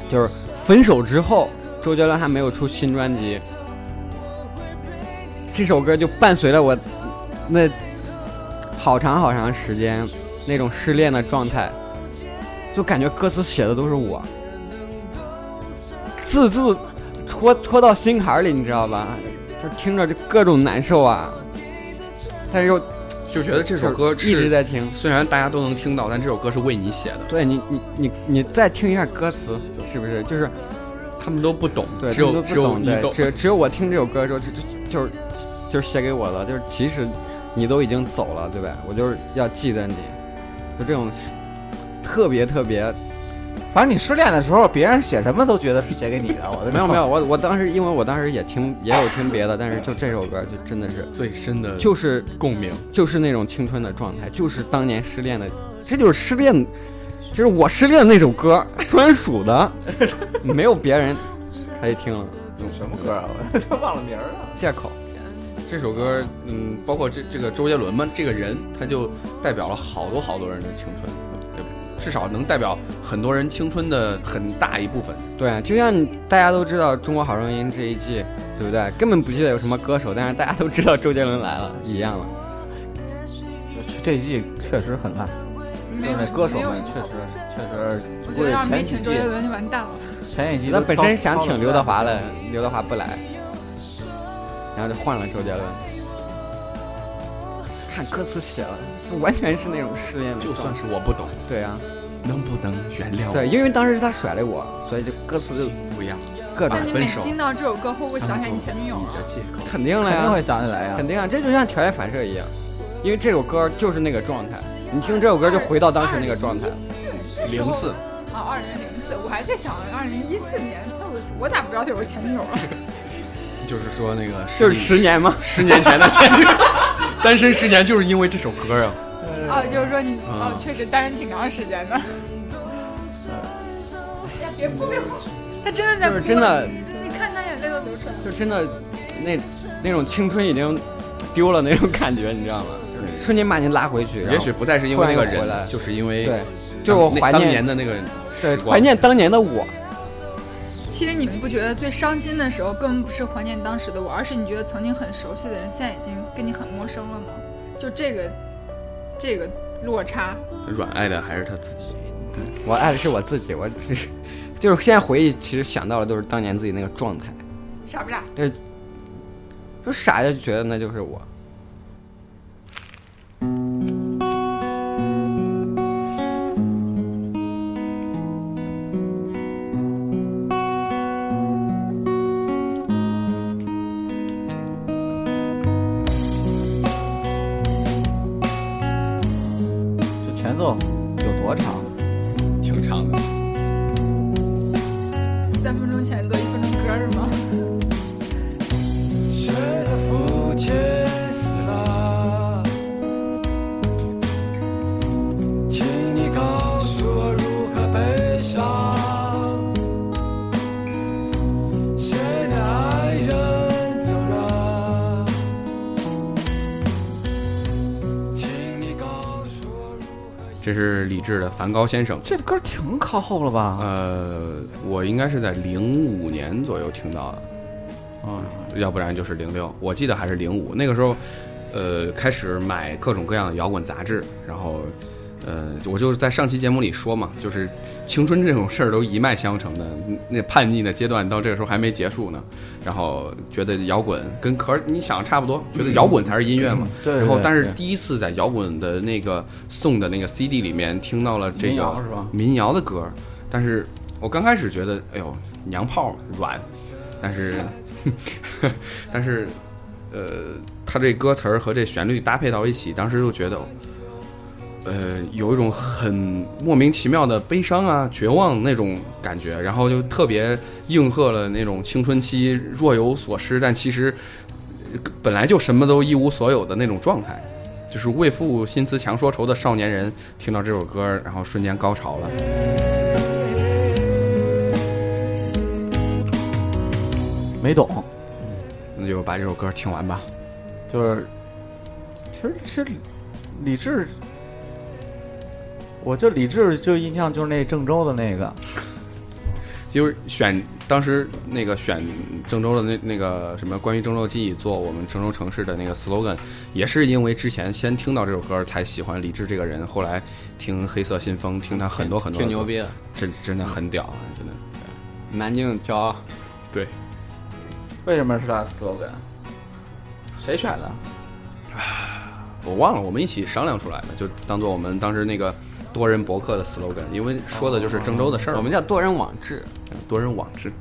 F: 就是分手之后，周杰伦还没有出新专辑，这首歌就伴随了我那好长好长时间那种失恋的状态，就感觉歌词写的都是我，字字戳戳到心坎儿里，你知道吧？就听着就各种难受啊，但是又
B: 就觉得这首歌
F: 就是一直在听。
B: 虽然大家都能听到，但这首歌是为你写的。
F: 对你，你你你再听一下歌词，是不是？就是
B: 他们都不懂，
F: 对，
B: 只有
F: 他们都
B: 只有
F: 不懂，
B: 你
F: 对
B: 懂
F: 只只有我听这首歌的时候，就就就是就是写给我的，就是即使你都已经走了，对吧？我就是要记得你，就这种特别特别。
G: 反正你失恋的时候，别人写什么都觉得是写给你的。我
F: 没有没有，我我当时因为我当时也听也有听别的，但是就这首歌就真的是
B: 最深的
F: 就是
B: 共鸣，
F: 就是那种青春的状态，就是当年失恋的，这就是失恋，这是我失恋的那首歌专属 的，没有别人可以听了。
G: 什么歌啊？我忘了名儿了。
F: 借口。
B: 这首歌，嗯，包括这这个周杰伦嘛，这个人他就代表了好多好多人的青春，对不对至少能代表很多人青春的很大一部分。
F: 对，就像大家都知道《中国好声音》这一季，对不对？根本不记得有什么歌手，但是大家都知道周杰伦来了，一样了。
G: 这一季确实很烂，
C: 没有
G: 那歌手
C: 没有
G: 们
C: 什么
G: 确
C: 好
G: 实确实，
C: 我
G: 不
C: 觉
G: 过
C: 得要是没
G: 前几
C: 请周
G: 季
C: 杰伦就完蛋了。
G: 前几季
F: 那
G: 都
F: 本
G: 超
F: 身想
G: 超
F: 请
G: 冷
F: 刘德
G: 淡
F: 华的，刘德华不来，然后就换了周杰伦。看歌词写了，就完全是那种失恋的状态。
B: 就算是我不懂，
F: 对啊，
B: 能不能原谅我？
F: 对，因为当时是他甩了我，所以就歌词就
B: 不一样，啊
F: 各
C: 那
F: 种
C: 啊你每次听到这首歌，会不会想起来你前女友啊？
F: 肯定了呀，
G: 肯定会想起来呀
F: 肯定啊，这就像条件反射一样，因为这首歌就是那个状态，你听这首歌就回到当时那个状态。
B: 零四，
C: 啊，二零零四，我还在想二零一四年，那我我咋不知道他有个前女友 啊？
B: 就是说那个
F: 就是十年吗？
B: 十年前的前女友，单身十年就是因为这首歌啊。
C: 哦，就是说
F: 嗯
C: 你哦，
B: 啊
C: 确实单身挺长时 间的。哎呀，别哭别哭，他真的在
F: 就
C: 哭，啊
F: 是真的，
C: 你看他眼泪都流出来了。
F: 就真的那那种青春已经丢了那种感觉，你知道吗？就是瞬间把你拉回去，然后
B: 也许不再是因为那个
F: 突然又回来
B: 人，就是因为
F: 对，就是我怀
B: 当
F: 念
B: 年的那个
F: 对
B: 时光
F: 怀念当年的我。
C: 其实你们不觉得最伤心的时候，根本不是怀念当时的我，而是你觉得曾经很熟悉的人，现在已经跟你很陌生了吗？就这个，这个落差，
B: 软爱的还是他自己。
F: 我爱的是我自己，我只是就是现在回忆，其实想到的都是当年自己那个状态，
C: 傻不傻？
F: 就是就傻就觉得那就是我。
G: 就前奏有多长？
B: 挺长的。
C: 三分钟前奏，一分钟歌是吗？
K: 学的肤浅死了，请你告诉我如何悲伤。谁的爱人走了？请你告诉我如
B: 这是李志的《梵高先生》。
G: 这歌挺靠后了吧？
B: 呃，我应该是在零五年左右听到的，
G: 嗯，
B: 要不然就是零六，我记得还是零五。那个时候，呃，开始买各种各样的摇滚杂志，然后，呃，我就是在上期节目里说嘛，就是青春这种事儿都一脉相承的，那叛逆的阶段到这个时候还没结束呢，然后觉得摇滚跟可是你想的差不多，觉得摇滚才是音乐嘛。
G: 对
B: 然后，
G: 对
B: 但是
G: 对
B: 第一次在摇滚的那个送的那个 CD 里面听到了这个
G: 民谣是吧
B: 民谣的歌，但是我刚开始觉得，哎呦，娘炮嘛，软，但是， 但是，呃，他这歌词儿和这旋律搭配到一起，当时就觉得，呃，有一种很莫名其妙的悲伤啊、绝望那种感觉，然后就特别应和了那种青春期若有所失，但其实呃本来就什么都一无所有的那种状态。就是为赋新词强说愁的少年人，听到这首歌，然后瞬间高潮了。
G: 没懂，
B: 那就把这首歌听完吧。
G: 就是其实其实李志，我就李志就印象就是那郑州的那个，
B: 就是选当时那个选郑州的那那个什么关于郑州的记忆做我们郑州城市的那个 slogan，也是因为之前先听到这首歌才喜欢李志这个人，后来听黑色信封，听他很多很多，
F: 挺牛逼的，
B: 真真的很屌啊，真的。
F: 南京的骄傲，
B: 对，
G: 为什么是他 slogan？谁选的？
B: 我忘了我们一起商量出来的，就当做我们当时那个多人博客的 slogan，因为说的就是郑州的事儿嘛。嗯
F: 哦我们叫多人网志。哦
B: 多人网志，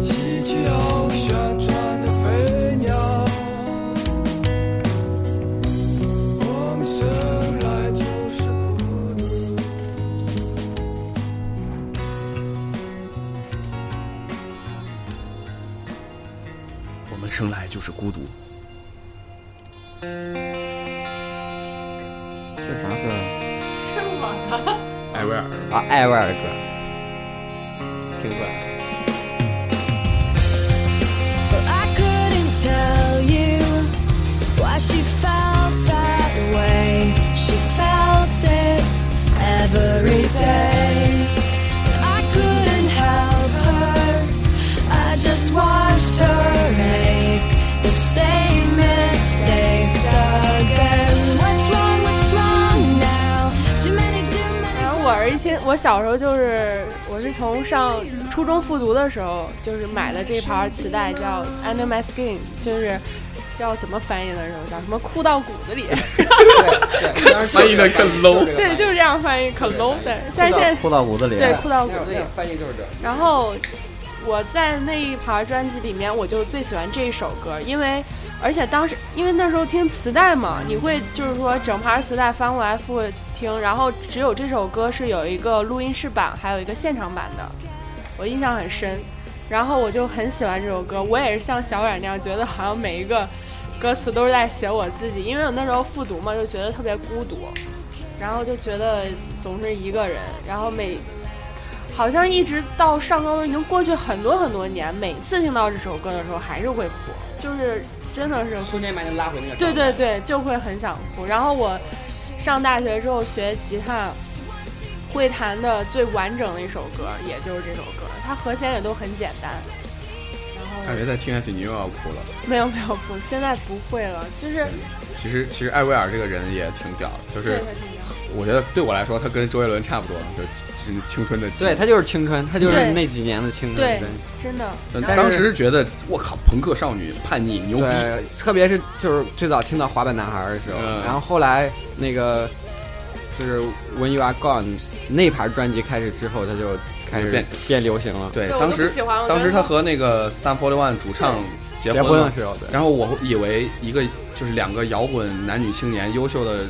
K: 西去要旋转的飞鸟，我们生来就是孤独。
B: 我们生来就是孤独。
G: 这是啥歌？
D: 是我的。
B: 艾薇儿，
F: 啊，艾薇儿的歌，听过。
J: I couldn't tell you
D: 我小时候就是，我是从上初中复读的时候，就是买了这盘磁带，叫《Under My Skin》，就是叫怎么翻译的时候叫什么“哭到骨子里”，
B: 当时翻译得更 low
D: 对，就是这样翻译，可 low 对。但是现在
G: 哭到骨子里
D: 对，哭到骨子里，
F: 翻译就是这。
D: 然后我在那一盘专辑里面，我就最喜欢这一首歌，因为而且当时因为那时候听磁带嘛，你会就是说整盘磁带翻过来复听，然后只有这首歌是有一个录音室版，还有一个现场版的，我印象很深。然后我就很喜欢这首歌，我也是像小冉那样，觉得好像每一个歌词都是在写我自己，因为我那时候复读嘛，就觉得特别孤独，然后就觉得总是一个人，然后每好像一直到上高中已经过去很多很多年，每次听到这首歌的时候还是会哭，就是真的是
F: 瞬间把你拉回那个
D: 对对对，就会很想哭。然后我上大学之后学吉他，会弹的最完整的一首歌也就是这首歌，它和弦也都很简单。
B: 感觉再听下去你又要哭了。
D: 没有没有不，现在不会了，就是
B: 其实其实艾薇儿这个人也挺屌的，就是
D: 对他挺屌
B: 我觉得对我来说，他跟周杰伦差不多，就就是青春的记忆。
F: 对他就是青春，他就
D: 对
F: 是那几年的青春。
D: 对，真的。
B: 嗯
D: 然后
B: 当时觉得我靠，朋克少女叛逆牛逼，
F: 对，特别是就是最早听到滑板男孩的时候，
B: 嗯
F: 然后后来那个就是 When You Are Gone 那盘专辑开始之后，他就开始
B: 变
F: 变流行了。
B: 对
D: 对我
B: 当
D: 都不
B: 时
D: 喜欢我
B: 当
D: 觉
B: 时
D: 得
B: 他和那个 Sun 呃 Forty One 主唱结
F: 结
B: 婚
F: 婚
B: 了
F: 的时候对
B: 然后我以为一个就是两个摇滚男女青年，优秀的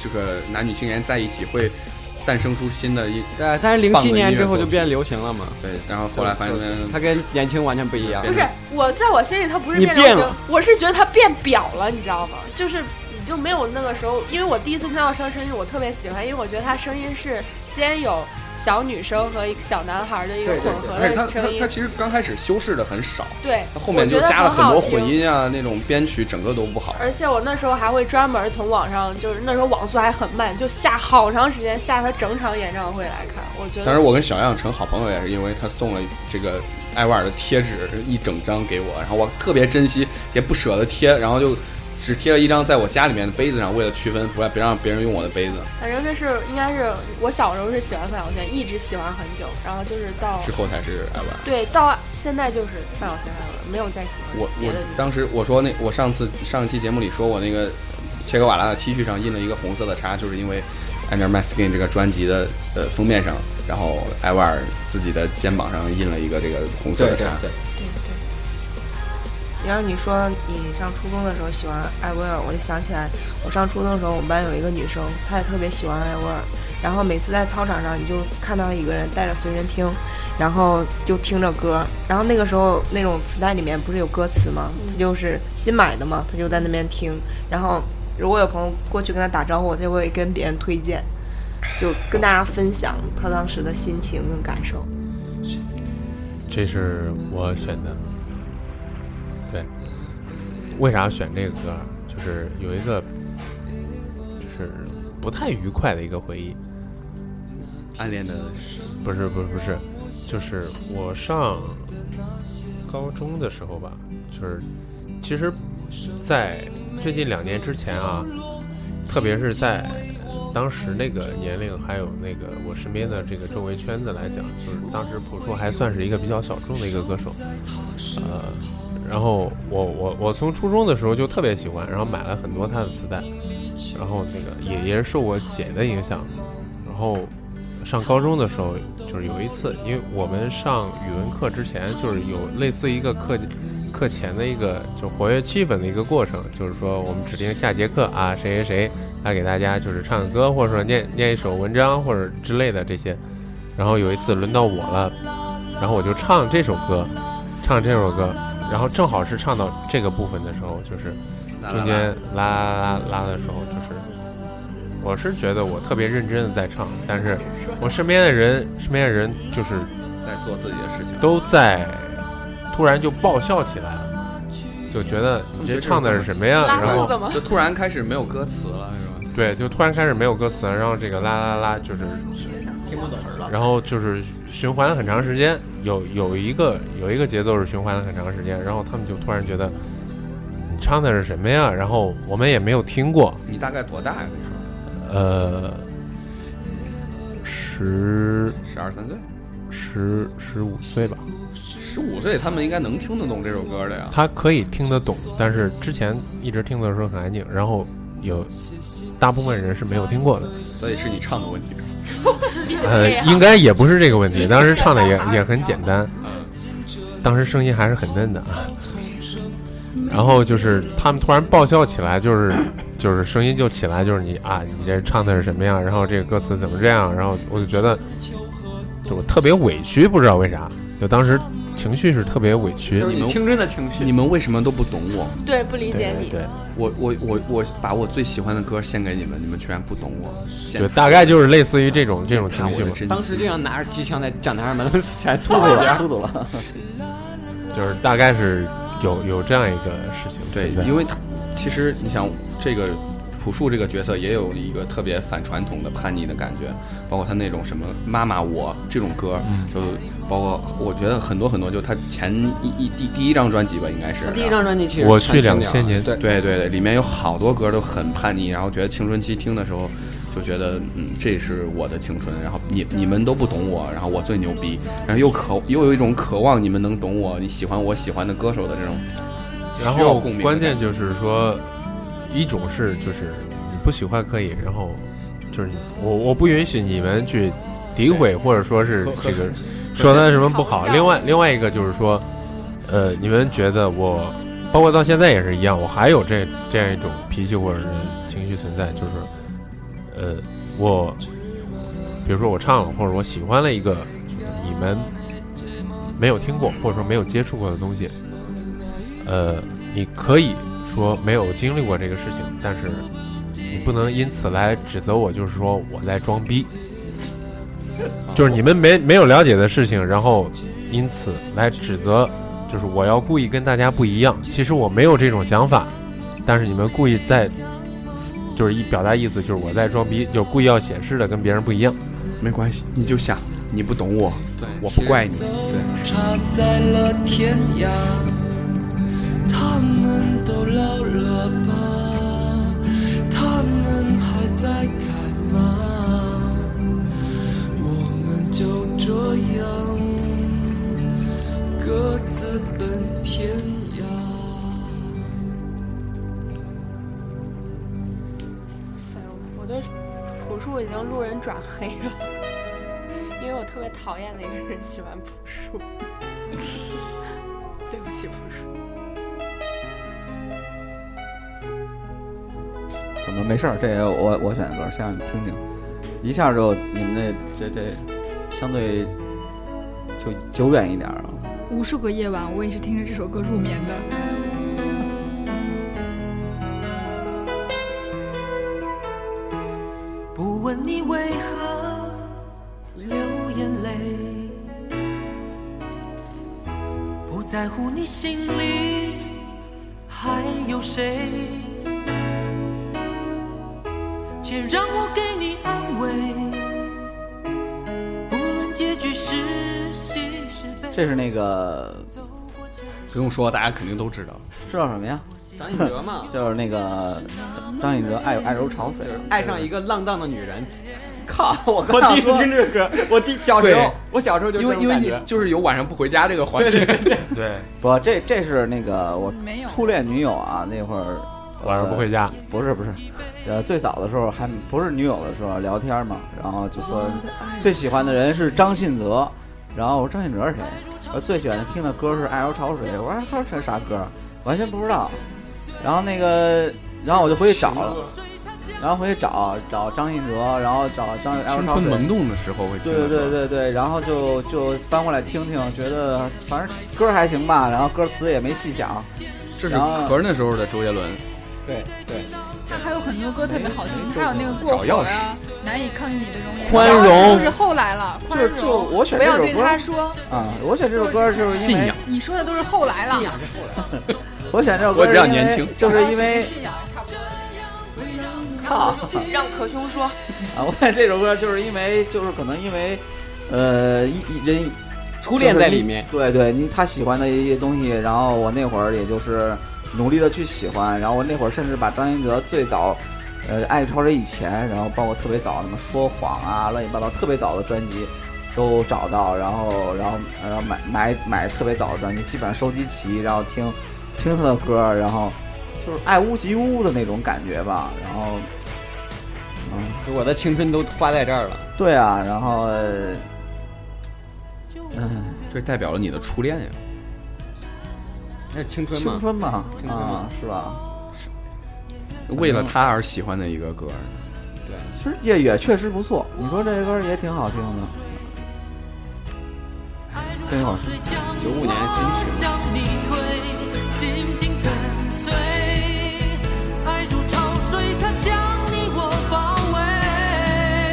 B: 这个男女青年在一起会诞生出新的一
F: 对，但是零
B: 棒的
F: 七
B: 音
F: 年
B: 乐
F: 之后
B: 作
F: 就
B: 品
F: 变流行了嘛。
B: 对，然后后来发现
F: 他跟年轻完全不一样。
D: 不是我，在我心里他不是
F: 你
D: 变流
F: 变
D: 行
F: 了，
D: 我是觉得他变表了，你知道吗？就是你就没有那个时候，因为我第一次听到他的声音，我特别喜欢，因为我觉得他声音是兼有小女生和一个小男孩的一个混合
B: 而且他
D: 的
B: 他
D: 声音
B: 他。其实刚开始修饰的很少，
D: 对
B: 他后面就
D: 我觉得
B: 加了
D: 很好
B: 多混
D: 听
B: 音啊，那种编曲整个都不好。
D: 而且我那时候还会专门从网上，就是那时候网速还很慢，就下好长时间下他整场演唱会来看。我觉得，
B: 当时我跟小样成好朋友也是因为他送了这个艾薇儿的贴纸一整张给我，然后我特别珍惜，也不舍得贴，然后就只贴了一张在我家里面的杯子上，为了区分不要别让别人用我的杯子，
D: 反正那是应该是我小时候是喜欢范晓萱，一直喜欢很久，然后就是到
B: 之后才是艾薇儿。
D: 对到现在就是范晓萱范晓萱，没有再喜欢
B: 我
D: 别
B: 我
D: 的女
B: 当时我说那我上次上一期节目里说我那个切格瓦拉的 T 恤上印了一个红色的叉，就是因为《Under My Skin》这个专辑的呃封面上，然后艾薇儿自己的肩膀上印了一个这个红色的
F: 对对
B: 叉。
F: 对
H: 要是你说你上初中的时候喜欢艾薇儿，我就想起来，我上初中的时候，我们班有一个女生，她也特别喜欢艾薇儿。然后每次在操场上，你就看到一个人带着随身听，然后就听着歌。然后那个时候那种磁带里面不是有歌词吗？
C: 嗯
H: 她就是新买的嘛，她就在那边听。然后如果有朋友过去跟她打招呼，我就会跟别人推荐，就跟大家分享她当时的心情跟感受。
E: 这是我选的。对，为啥选这个歌儿？就是有一个，就是不太愉快的一个回忆。
B: 暗恋的？
E: 不是，不是，不是，就是我上高中的时候吧，就是其实，在最近两年之前啊，特别是在当时那个年龄，还有那个我身边的这个周围圈子来讲，就是当时朴树还算是一个比较小众的一个歌手，呃，然后我我我从初中的时候就特别喜欢，然后买了很多他的磁带，然后那个也也是受我姐的影响，然后上高中的时候就是有一次，因为我们上语文课之前就是有类似一个课课前的一个就活跃气氛的一个过程，就是说我们指定下节课啊谁谁谁来给大家就是唱个歌，或者说念念一首文章或者之类的这些，然后有一次轮到我了，然后我就唱这首歌，唱这首歌，然后正好是唱到这个部分的时候，就是中间拉拉拉拉的时候，就是我是觉得我特别认真的在唱，但是我身边的人，身边的人就是
B: 在做自己的事情，
E: 都在突然就爆笑起来了，就觉得你这唱的是什么呀？然后
B: 就突然开始没有歌词了，是吧？
E: 对，就突然开始没有歌词了，然后这个啦啦啦就是
B: 听不懂了
E: 然后就是循环了很长时间，有有一个有一个节奏是循环了很长时间，然后他们就突然觉得你唱的是什么呀？然后我们也没有听过，
B: 你大概多大呀？那时候
E: 呃，十十
B: 十二三岁，
E: 十十五岁吧。
B: 十五岁他们应该能听得懂这首歌的呀。
E: 他可以听得懂，但是之前一直听的时候很安静，然后有大部分人是没有听 过的。
B: 所以是你唱的问题。
E: 呃，应该也不是这个 嗯问题，当时唱的也也很简单，当时声音还是很嫩的啊。然后就是他们突然爆笑起来，就是就是声音就起来，就是你啊，你这唱的是什么呀？然后这个歌词怎么这样？然后我就觉得，就我特别委屈，不知道为啥，就当时情绪是特别委屈。
B: 就是你们青春的情绪，你们为什么都不懂我？
D: 对，不理解你。
E: 对，
B: 我我我我把我最喜欢的歌献给你们，你们居然不懂我。
E: 就大概就是类似于这种这种情绪吧。
F: 当时就想拿着机枪在讲台上把他们全
E: 吐了
F: 边，
E: 吐了。就是大概是有有这样一个事情
B: 对
E: 存在，
B: 因为他其实你想，这个朴树这个角色也有一个特别反传统的叛逆的感觉，包括他那种什么“妈妈我”这种歌，
E: 嗯
B: 就包括我觉得很多很多，就他前一一第第一张专辑吧，应该是
F: 第一张专辑其实
E: 我去2000年
B: 对对对对，里面有好多歌都很叛逆，然后觉得青春期听的时候。就觉得嗯，这是我的青春，然后你你们都不懂我，然后我最牛逼，然后又渴又有一种渴望你们能懂我，你喜欢我喜欢的歌手的这种
E: 然
B: 需要
E: 后
B: 共鸣的
E: 关键就是说，一种是就是你不喜欢可以，然后就是你我我不允许你们去诋毁或者说是
B: 呵呵
E: 这个
B: 呵
E: 说他什么不好
B: 嘲。笑
E: 另外另外一个就是说，呃，你们觉得我包括到现在也是一样，我还有这这样一种脾气或者是情绪存在，就是呃，我比如说我唱了或者我喜欢了一个就是你们没有听过或者说没有接触过的东西，呃，你可以说没有经历过这个事情，但是你不能因此来指责我，就是说我在装逼，
L: 啊
E: 就是你们没没有了解的事情，然后因此来指责，就是我要故意跟大家不一样。其实我没有这种想法，但是你们故意在，就是一表达意思就是我在装逼，就故意要显示的跟别人不一样。
B: 没关系，你就想你不懂我，我不怪你。对，
K: 他在了天涯，他们都老了吧？他们还在干嘛？我们就这样各自奔天涯。
D: 哎呦我对朴树已经路人转黑了，因为我特别讨厌的一个人喜欢朴树。 对不起，朴树。
G: 怎么没事儿？这也我我选的歌，先让你听听，一下就你们这这这相对就久远一点儿啊。
C: 无数个夜晚，我也是听着这首歌入眠的。
K: 不问你为何流眼泪，不在乎你心里还有谁，且让我给你安慰。不论结局是喜是悲，
G: 这是那个
B: 不用说，大家肯定都知道。
G: 知道什么呀？
F: 张信哲嘛
G: 就是那个张信哲爱爱如潮水，
F: 爱上一个浪荡的 女人，靠！我
B: 我第一次听
F: 这歌，我第小
B: 对，
F: 我小时候就
B: 因为
F: 这
B: 因
F: 种
B: 为
F: 感
B: 你
F: 觉
B: 就是有晚上不回家这个环节，
E: 对，
G: 不，这这是那个我
C: 没有
G: 初恋女友啊，那会儿
E: 晚上不回家，
G: 不是不是，呃，最早的时候还不是女友的时候聊天嘛，然后就说最喜欢的人是张信哲，然后我说张信哲是谁？我最喜欢听的歌是《爱如潮水》，我说哎这是啥歌？完全不知道。然后那个，然后我就回去找了，然后回去找找张信哲，然后找张爱如
B: 青
G: 潮
B: 春
G: 水。
B: 萌动的时候会听
G: 对
B: 得
G: 对对
B: 到。
G: 对对，然后就就翻过来听听，觉得反正歌还行吧，然后歌词也没细想。
B: 这是
G: 然后
B: 壳儿那时候的周杰伦，
G: 对对，
C: 他还有很多歌特别好听，还有那个过
B: 找钥
C: 火啊，难以抗拒你的容颜，
G: 宽容
C: 当然就是后来了，宽
G: 就是
C: 容。
G: 就我选
C: 不
G: 这
C: 要
G: 首
C: 对
G: 歌
C: 他说，
G: 啊，我选这首歌就是因为
B: 信仰
C: 你说的都是后来了，
G: 我选这首歌
B: 我比
G: 是
B: 较
G: 因为
B: 年轻
G: 就是因为
C: 信仰啊差不多。
G: 靠
D: 让可兄说，
G: 啊，我选这首歌就是因为就是可能因为呃一一人
F: 初恋在里面，
G: 就是你对对，你他喜欢的一些东西，然后我那会儿也就是努力的去喜欢，然后我那会儿甚至把张信哲最早呃，《爱超人》以前，然后包括特别早什么说谎啊，乱七八糟特别早的专辑都找到，然后然后然后买买买特别早的专辑，基本上收集齐，然后听听他的歌，然后就是爱屋及乌的那种感觉吧，然后嗯，
F: 我的青春都花在这儿了。
G: 对啊，然后呃嗯。
B: 这代表了你的初恋呀。
F: 那青春嘛，
G: 青春嘛，
F: 青春嘛
G: 啊，是吧？
B: 为了他而喜欢的一个歌。
F: 对，
G: 其实也也确实不错，你说这些歌也挺好听的，真好听。
F: 九五年金曲嘛，
K: 向你推，紧紧跟随。爱如潮水，它将你我包围。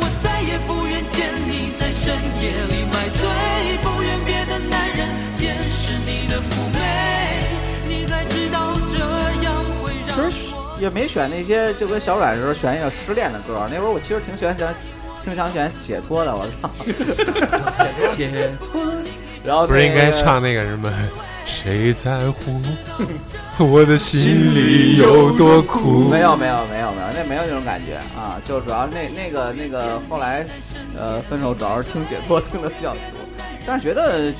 K: 我再也不愿见你在深夜里买醉，不愿别的男人监视你的妩媚。你该知道这样会让
G: 其实也没选那些，就跟小阮似的，选一个失恋的歌。那会儿我其实挺喜欢想，挺想选解脱的，我 操。
B: 解
G: 脱。然后
L: 不是应该
G: 那个
L: 唱那个什么？谁在乎我的心里有多苦？
G: 没有没有没有没有，那没有那种感觉啊，就主要那那个那个后来，呃，分手主要是听解脱听的比较多，但是觉得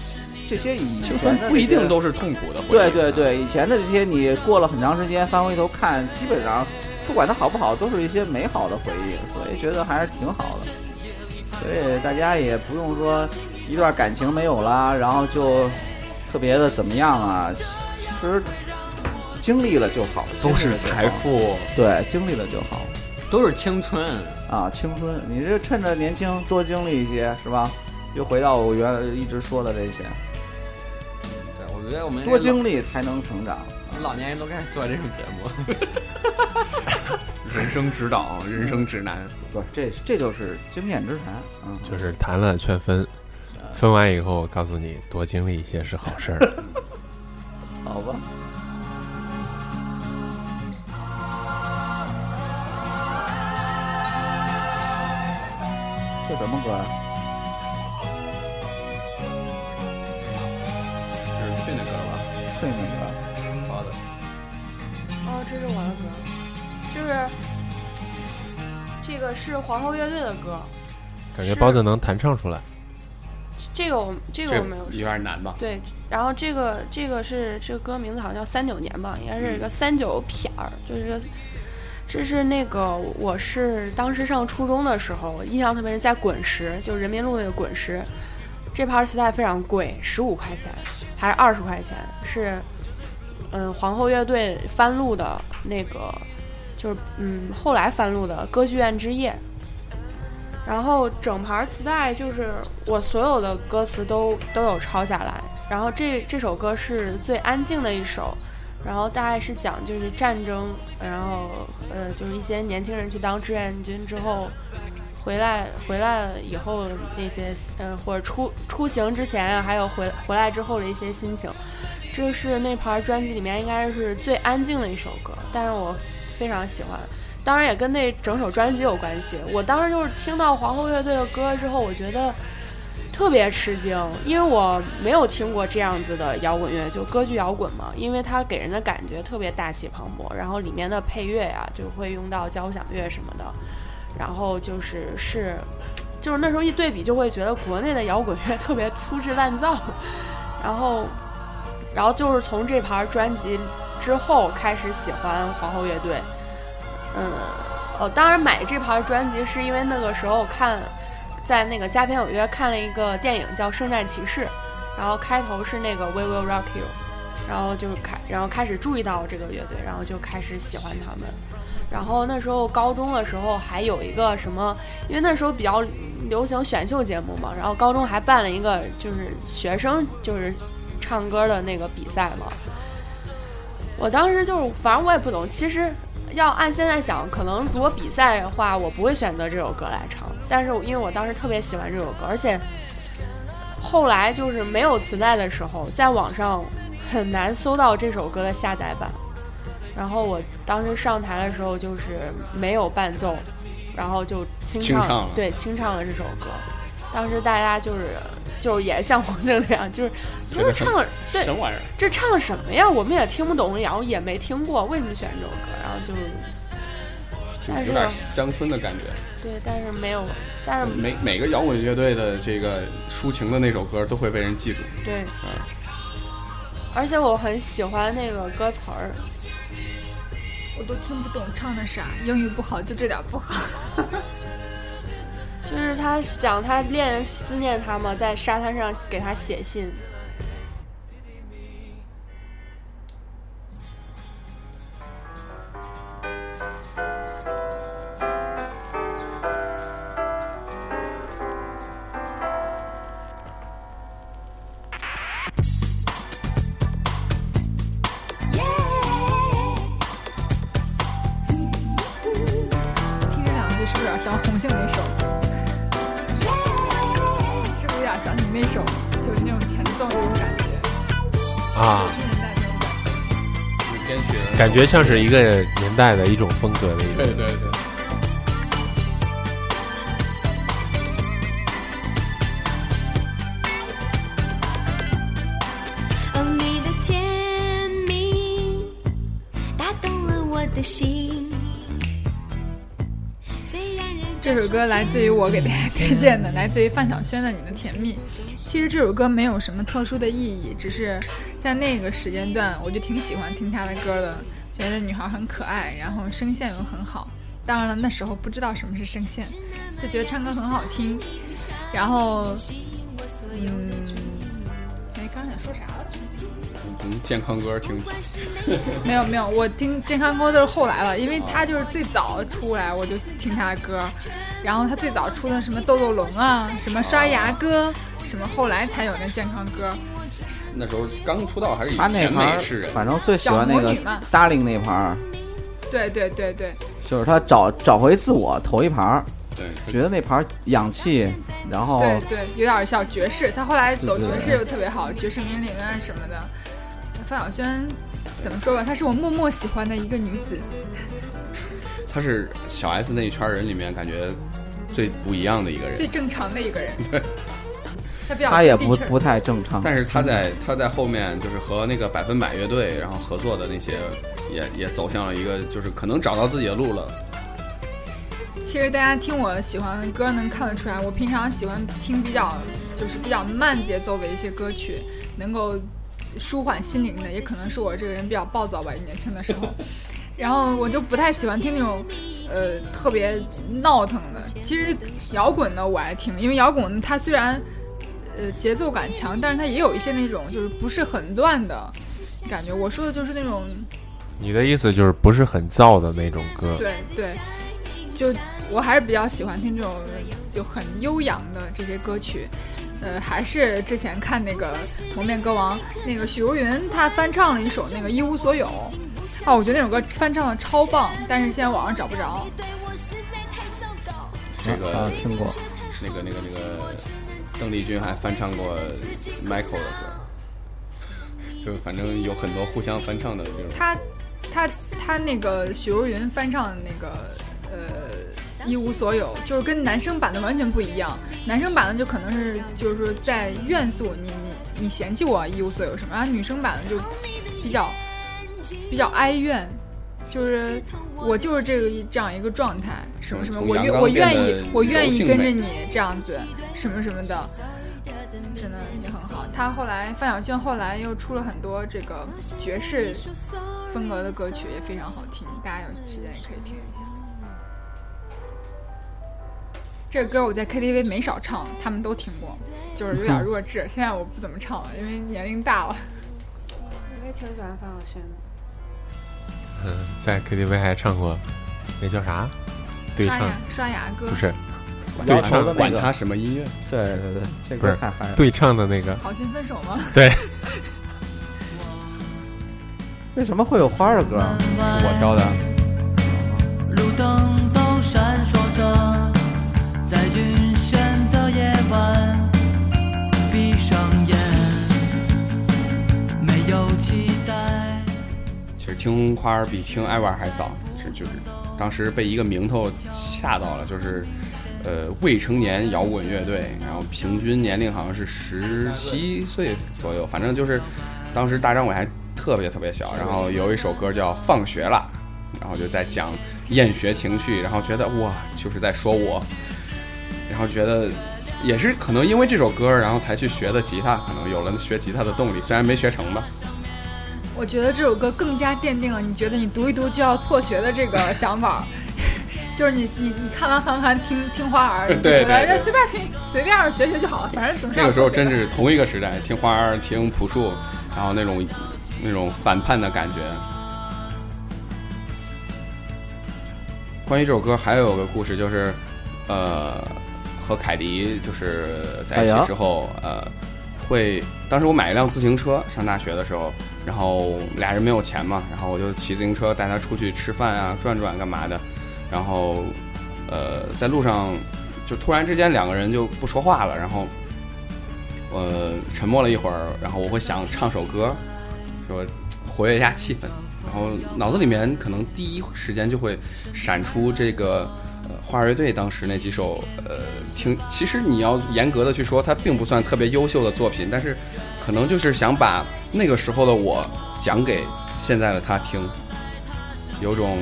G: 这些以前
B: 青春
G: 的
B: 不一
G: 这些
B: 定都是痛苦的回忆。啊
G: 对对对，以前的这些你过了很长时间翻回头看，基本上不管它好不好，都是一些美好的回忆，所以觉得还是挺好的。所以大家也不用说一段感情没有啦，然后就特别的怎么样啊？其实经历了就好，
F: 都
G: 经历
F: 是
G: 了就好
F: 财富
G: 对，经历了就好
F: 都是青春。
G: 啊！青春，你这趁着年轻多经历一些，是吧？又回到我原来一直说的这些，
F: 对，我觉得我们
G: 多经历才能成长。
F: 老年人都开始做这种节目，
B: 人生指导，人生指南。
G: 不是，这这就是经验之谈啊。
L: 就是谈了劝分，分完以后告诉你多经历一些是好事儿。
G: 好吧。这什么歌啊？
B: 就是去那歌吧。
G: 退那歌。
B: 好的。
D: 哦，这是我的歌，就是这个是皇后乐队的歌，
L: 感觉包子能弹唱出来，
D: 这个我这个我没有说。
B: 有点难吧？
D: 对，然后这个这个是这个歌名字好像叫三九年吧，应该是一
B: 嗯
D: 个三九撇儿，就是个这是那个我是当时上初中的时候，我印象特别是在滚石，就人民路那个滚石，这盘磁带非常贵，十五块钱还是二十块钱，是嗯皇后乐队翻录的那个，就是嗯后来翻录的《歌剧院之夜》。然后整盘磁带就是我所有的歌词都都有抄下来，然后这这首歌是最安静的一首，然后大概是讲就是战争，然后呃就是一些年轻人去当志愿军之后回来回来了以后那些呃或者出出行之前啊，还有回回来之后的一些心情，这是那盘专辑里面应该是最安静的一首歌，但是我非常喜欢。当然也跟那整首专辑有关系。我当时就是听到皇后乐队的歌之后，我觉得特别吃惊，因为我没有听过这样子的摇滚乐，就歌剧摇滚嘛，因为它给人的感觉特别大气磅礴，然后里面的配乐呀、就会用到交响乐什么的，然后就是是，就是那时候一对比就会觉得国内的摇滚乐特别粗制滥造，然后，然后就是从这盘专辑之后开始喜欢皇后乐队。嗯，哦，当然买这盘专辑是因为那个时候看，在那个佳片有约看了一个电影叫《圣战骑士》，然后开头是那个 We Will Rock You，然后就开，然后开始注意到这个乐队，然后就开始喜欢他们。然后那时候高中的时候还有一个什么，因为那时候比较流行选秀节目嘛，然后高中还办了一个就是学生就是唱歌的那个比赛嘛。我当时就是，反正我也不懂。其实要按现在想，可能如果比赛的话，我不会选择这首歌来唱。但是我因为我当时特别喜欢这首歌，而且后来就是没有磁带的时候，在网上很难搜到这首歌的下载版。然后我当时上台的时候就是没有伴奏，然后就清
B: 清
D: 唱，
B: 唱了
D: 对，清唱了这首歌。当时大家就是就是也像黄静这样，就是他
B: 觉
D: 们
B: 得
D: 唱
B: 很
D: 对
B: 什么玩意儿
D: 这唱什么呀？我们也听不懂，然后也没听过，为什么选这首歌？然后就
B: 就
D: 但是
B: 有点乡村的感觉。
D: 对，但是没有，但是
B: 每每个摇滚乐队的这个抒情的那首歌都会被人记住。
D: 对，
B: 啊，
D: 而且我很喜欢那个歌词儿，
C: 我都听不懂唱的啥，英语不好就这点不好。
D: 就是他讲他恋人思念他嘛，在沙滩上给他写信。
C: 听这两句是不是有点像红杏那首？是不是有点像你那首，就是那种前奏那种感觉？
L: 啊，
B: 编曲
L: 感觉像是一个年代的一种风格的一种
B: 对。对对。
J: 哦，你的甜蜜打动了我的心。虽然人
C: 这首歌来自于我给大家推荐的，来自于范晓萱的《你的甜蜜》。其实这首歌没有什么特殊的意义，只是在那个时间段，我就挺喜欢听她的歌的，觉得女孩很可爱，然后声线又很好。当然了，那时候不知道什么是声线，就觉得唱歌很好听。然后，嗯，哎，刚才说啥了？
B: 嗯，健康歌 听不起。
C: 没有没有，我听健康歌都是后来了，因为他就是最早出来我就听他的歌，然后他最早出的什么豆豆龙啊，什么刷牙歌，什么后来才有那健康歌。
B: 那时候刚出道还是以
G: 他那
B: 甜
G: 盘
B: 美
G: 儿
B: 示人，，
G: 反正最喜欢那
C: 小魔
G: 个
C: 女嘛
G: Darling 那盘儿，
C: 对对对对，
G: 就是他找找回自我头一盘儿，
B: 对，
G: 觉得那盘儿氧气，然后
C: 对对，有点像爵士，他后来走
G: 对
C: 爵
G: 对
C: 士又特别好，爵士民灵啊什么的。范晓萱怎么说吧，她是我默默喜欢的一个女子。
B: 他是小 S 那一圈人里面感觉最不一样的一个
C: 最
B: 人。
C: 正常的一个人。
B: 对，
C: 他比较
G: 他也
C: 接地
G: 不
C: 气儿
G: 不太正常。
B: 但是他在他在后面就是和那个百分百乐队然后合作的那些，也也走向了一个就是可能找到自己的路了。
C: 其实大家听我喜欢的歌能看得出来，我平常喜欢听比较就是比较慢节奏的一些歌曲，能够舒缓心灵的，也可能是我这个人比较暴躁吧，年轻的时候。然后我就不太喜欢听那种，呃，特别闹腾的。其实摇滚呢我爱听，因为摇滚它虽然，呃，节奏感强，但是它也有一些那种就是不是很乱的感觉。我说的就是那种
L: 你的意思就是不是很燥的那种歌？
C: 对对，就我还是比较喜欢听这种就很悠扬的这些歌曲。呃，还是之前看那个《蒙面歌王》，那个许茹芸她翻唱了一首那个《一无所有》，啊，我觉得那首歌翻唱的超棒，但是现在网上找不着。
B: 这个、
G: 啊听过，
B: 那个那个那个邓丽君还翻唱过 Michael 的歌，就是反正有很多互相翻唱的这种。
C: 她她她那个许茹芸翻唱的那个呃《一无所有》，就是跟男生版的完全不一样。男生版的就可能是就是说在怨诉你你你嫌弃我一无所有什么，然后女生版的就比较比较哀怨，就是我就是这个一这样一个状态，什么什么，
B: 嗯从
C: 我
B: 阳
C: 愿
B: 刚
C: 我
B: 变
C: 愿
B: 得
C: 意我愿
B: 柔
C: 意
B: 性
C: 跟
B: 美
C: 着你这样子，什么什么的，真的也很好。啊他后来范晓萱后来又出了很多这个爵士风格的歌曲，也非常好听，大家有时间也可以听一下。这歌我在 KTV 没少唱，他们都听过，就是有点弱智。 现在我不怎么唱了，因为年龄大了。
D: 我也挺喜欢范晓萱的。
L: 嗯，在 KTV 还唱过，那叫啥？对
C: 刷
L: 唱
C: 牙刷牙歌
L: 不是
G: 摇
L: 对
G: 头的那
L: 唱
G: 个
B: 管他什么音乐，
G: 对对对，这
L: 不
G: 歌
L: 是
G: 太嗨了。
L: 对唱的那个
C: 好心分手吗？
L: 对。
G: 为什么会有花儿歌？
A: 我
G: 挑的。
A: 路灯都闪烁着，在晕眩的夜晚，闭上眼，没有期待。
B: 其实听花儿比听艾娃还早，是就是当时被一个名头吓到了，就是呃未成年摇滚乐队，然后平均年龄好像是十七岁左右，反正就是当时大张伟还特别特别小，然后有一首歌叫《放学啦》，然后就在讲厌学情绪，然后觉得哇，就是在说我，然后觉得也是可能因为这首歌，然后才去学的吉他，可能有了学吉他的动力，虽然没学成吧。
C: 我觉得这首歌更加奠定了你觉得你读一读就要辍学的这个想法， 就是你你你看完韩寒听听花儿，你就
B: 对
C: 觉得
B: 对对
C: 哎随便学随便学学就好，反正总是
B: 那
C: 要
B: 个时候
C: 辍学
B: 真
C: 的
B: 是同一个时代，听花儿，听朴树，然后那种那种反叛的感觉。关于这首歌还有个故事，就是呃，和凯迪就是在一
G: 哎呀
B: 起之后，呃，会当时我买一辆自行车，上大学的时候，然后俩人没有钱嘛，然后我就骑自行车带他出去吃饭啊、转转干嘛的，然后呃，在路上就突然之间两个人就不说话了，然后呃沉默了一会儿，然后我会想唱首歌，说活跃一下气氛，然后脑子里面可能第一时间就会闪出这个。呃，花儿乐队当时那几首，呃，听，其实你要严格的去说，它并不算特别优秀的作品，但是可能就是想把那个时候的我讲给现在的他听，有种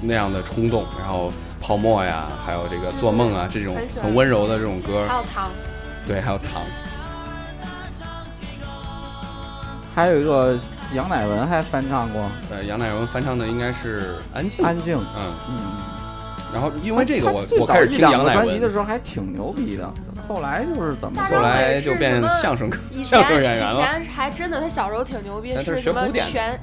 B: 那样的冲动，然后泡沫呀，还有这个做梦啊，这种
D: 很喜欢
B: 很温柔的这种歌，
D: 还有糖，
B: 对，还有糖，
G: 还有一个杨乃文还翻唱过，
B: 呃，杨乃文翻唱的应该是《安静》，
G: 安静
B: 嗯然后因为这个
G: 他
B: 我
G: 最
B: 我
G: 早
B: 开始
G: 一
B: 听
G: 两
B: 杨
G: 个
B: 乃
G: 专辑
B: 文
G: 的时候还挺牛逼的，后来就是怎么
B: 后来哎就变相声
D: 以前
B: 相声演员
D: 以
B: 了。
D: 前还真的，他小时候挺牛逼，
B: 但他
D: 是
B: 是
D: 什
B: 学
D: 么
B: 古典的
D: 全。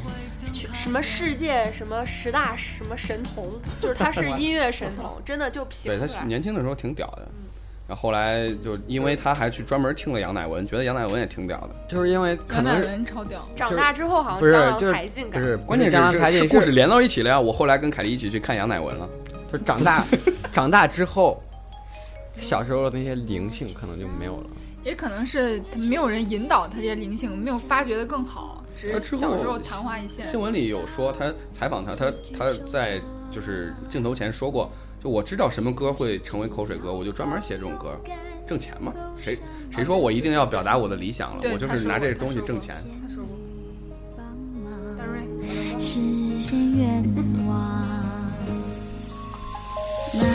D: 全什么世界什么十大什么神童，就是他 是音乐神童，真的就评
B: 对
D: 出
B: 他
D: 来。
B: 年轻的时候挺屌的，然后后来就因为他还去专门听了杨乃文，觉得杨乃文也挺屌的。
F: 就是因为可
C: 杨
F: 能
C: 乃
F: 是
C: 文超屌，
D: 长大之后好
F: 不
D: 像
F: 是
D: 江郎
F: 就是
D: 才尽感
F: 不是
D: 觉，
B: 关键是
F: 江郎
B: 这
F: 才尽
B: 是
F: 是
B: 故事连到一起了呀！我后来跟凯莉一起去看杨乃文了，
F: 就长大 长大之后，小时候的那些灵性可能就没有了。
C: 也可能是他没有人引导他这些灵性，没有发掘的更好，只
B: 呃
C: 是
B: 之后
C: 小时候昙花一现。
B: 新闻里有说他采访他，他他在就是镜头前说过，就我知道什么歌会成为口水歌，我就专门写这种歌，挣钱嘛。谁谁说我一定要表达我的理想了？
C: 对
B: 我就
C: 他
B: 是
C: 说
B: 拿
C: 过
B: 这
C: 他
B: 东西
C: 说
B: 挣
C: 过
B: 钱。
C: 他说过
J: 实现愿望。慢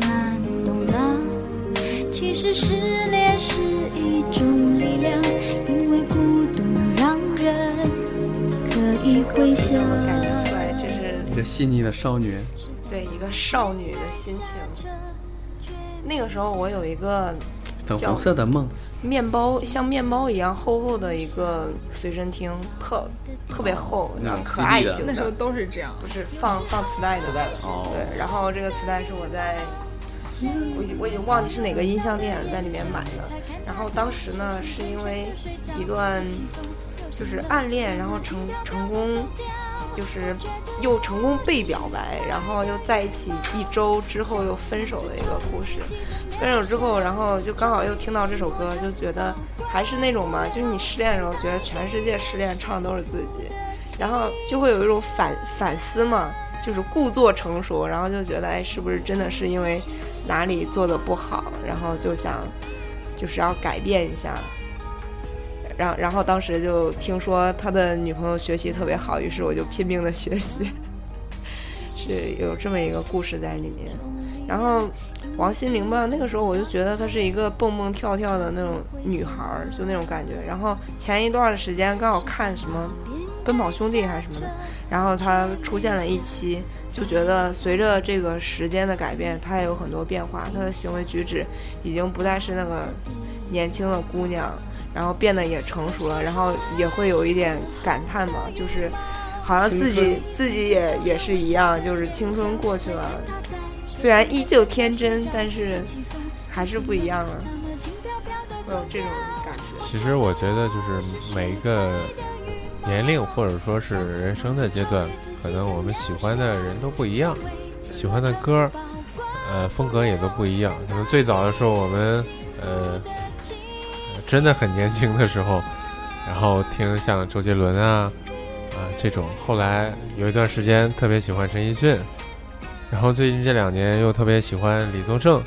J: 慢懂了，其实失恋是一种力量，因为孤独让人可以回想。
H: 感觉出来这是
B: 一个细腻的少女，
H: 对一个少女的心情。那个时候我有一个
B: 粉
H: 叫
B: 红色的梦，
H: 面包像面包一样厚厚的一个随身听，特特别厚，然
B: 嗯
H: 后可爱型
C: 那时候都是这样，
H: 不是放放磁带的。哦对，然后这个磁带是我在，我已经我已经忘记是哪个音像店在里面买的。然后当时呢，是因为一段就是暗恋，然后成成功，就是又成功被表白，然后又在一起一周之后又分手的一个故事。分手之后，然后就刚好又听到这首歌，就觉得还是那种嘛，就是你失恋的时候，觉得全世界失恋唱的都是自己，然后就会有一种反反思嘛，就是故作成熟，然后就觉得哎，是不是真的是因为哪里做的不好，然后就想就是要改变一下。然然后当时就听说他的女朋友学习特别好，于是我就拼命的学习， 是有这么一个故事在里面。然后王心凌吧，那个时候我就觉得她是一个蹦蹦跳跳的那种女孩儿，就那种感觉。然后前一段时间刚好看什么《奔跑兄弟》还是什么的，然后她出现了一期，就觉得随着这个时间的改变，她也有很多变化，她的行为举止已经不再是那个年轻的姑娘，然后变得也成熟了，然后也会有一点感叹嘛，就是好像自己自己也也是一样，就是青春过去了，虽然依旧天真，但是还是不一样了，会有这种感觉。
L: 其实我觉得就是每一个年龄或者说是人生的阶段，可能我们喜欢的人都不一样，喜欢的 歌，呃，风格也都不一样。可能最早的时候我们呃真的很年轻的时候，然后听像周杰伦啊啊、这种，后来有一段时间特别喜欢陈奕迅，然后最近这两年又特别喜欢李宗盛，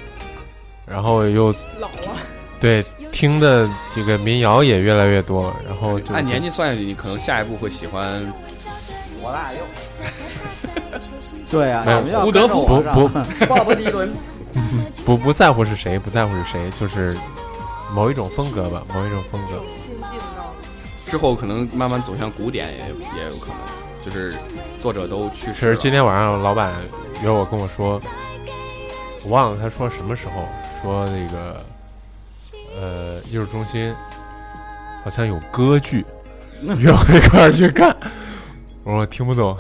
L: 然后又
C: 老了，
L: 对听的这个民谣也越来越多，然后就
B: 按哎年纪算下去，你可能下一步会喜欢
F: 我大佑，
G: 对啊，
L: 没有
G: 你们要
L: 胡德
G: 跟着
L: 夫
G: 我
L: 不
G: 上
L: 不
F: 鲍勃迪伦，
L: 不不在乎是谁，不在乎是谁，就是某一种风格吧，某一种风格。
D: 新进到
B: 之后可能慢慢走向古典也也有可能，就是作者都去
L: 其
B: 世
L: 实
B: 了。
L: 今天晚上老板约我跟我说，我忘了他说什么时候，说那个呃艺术中心好像有歌剧， 约我一块儿去看。我说我听不 懂，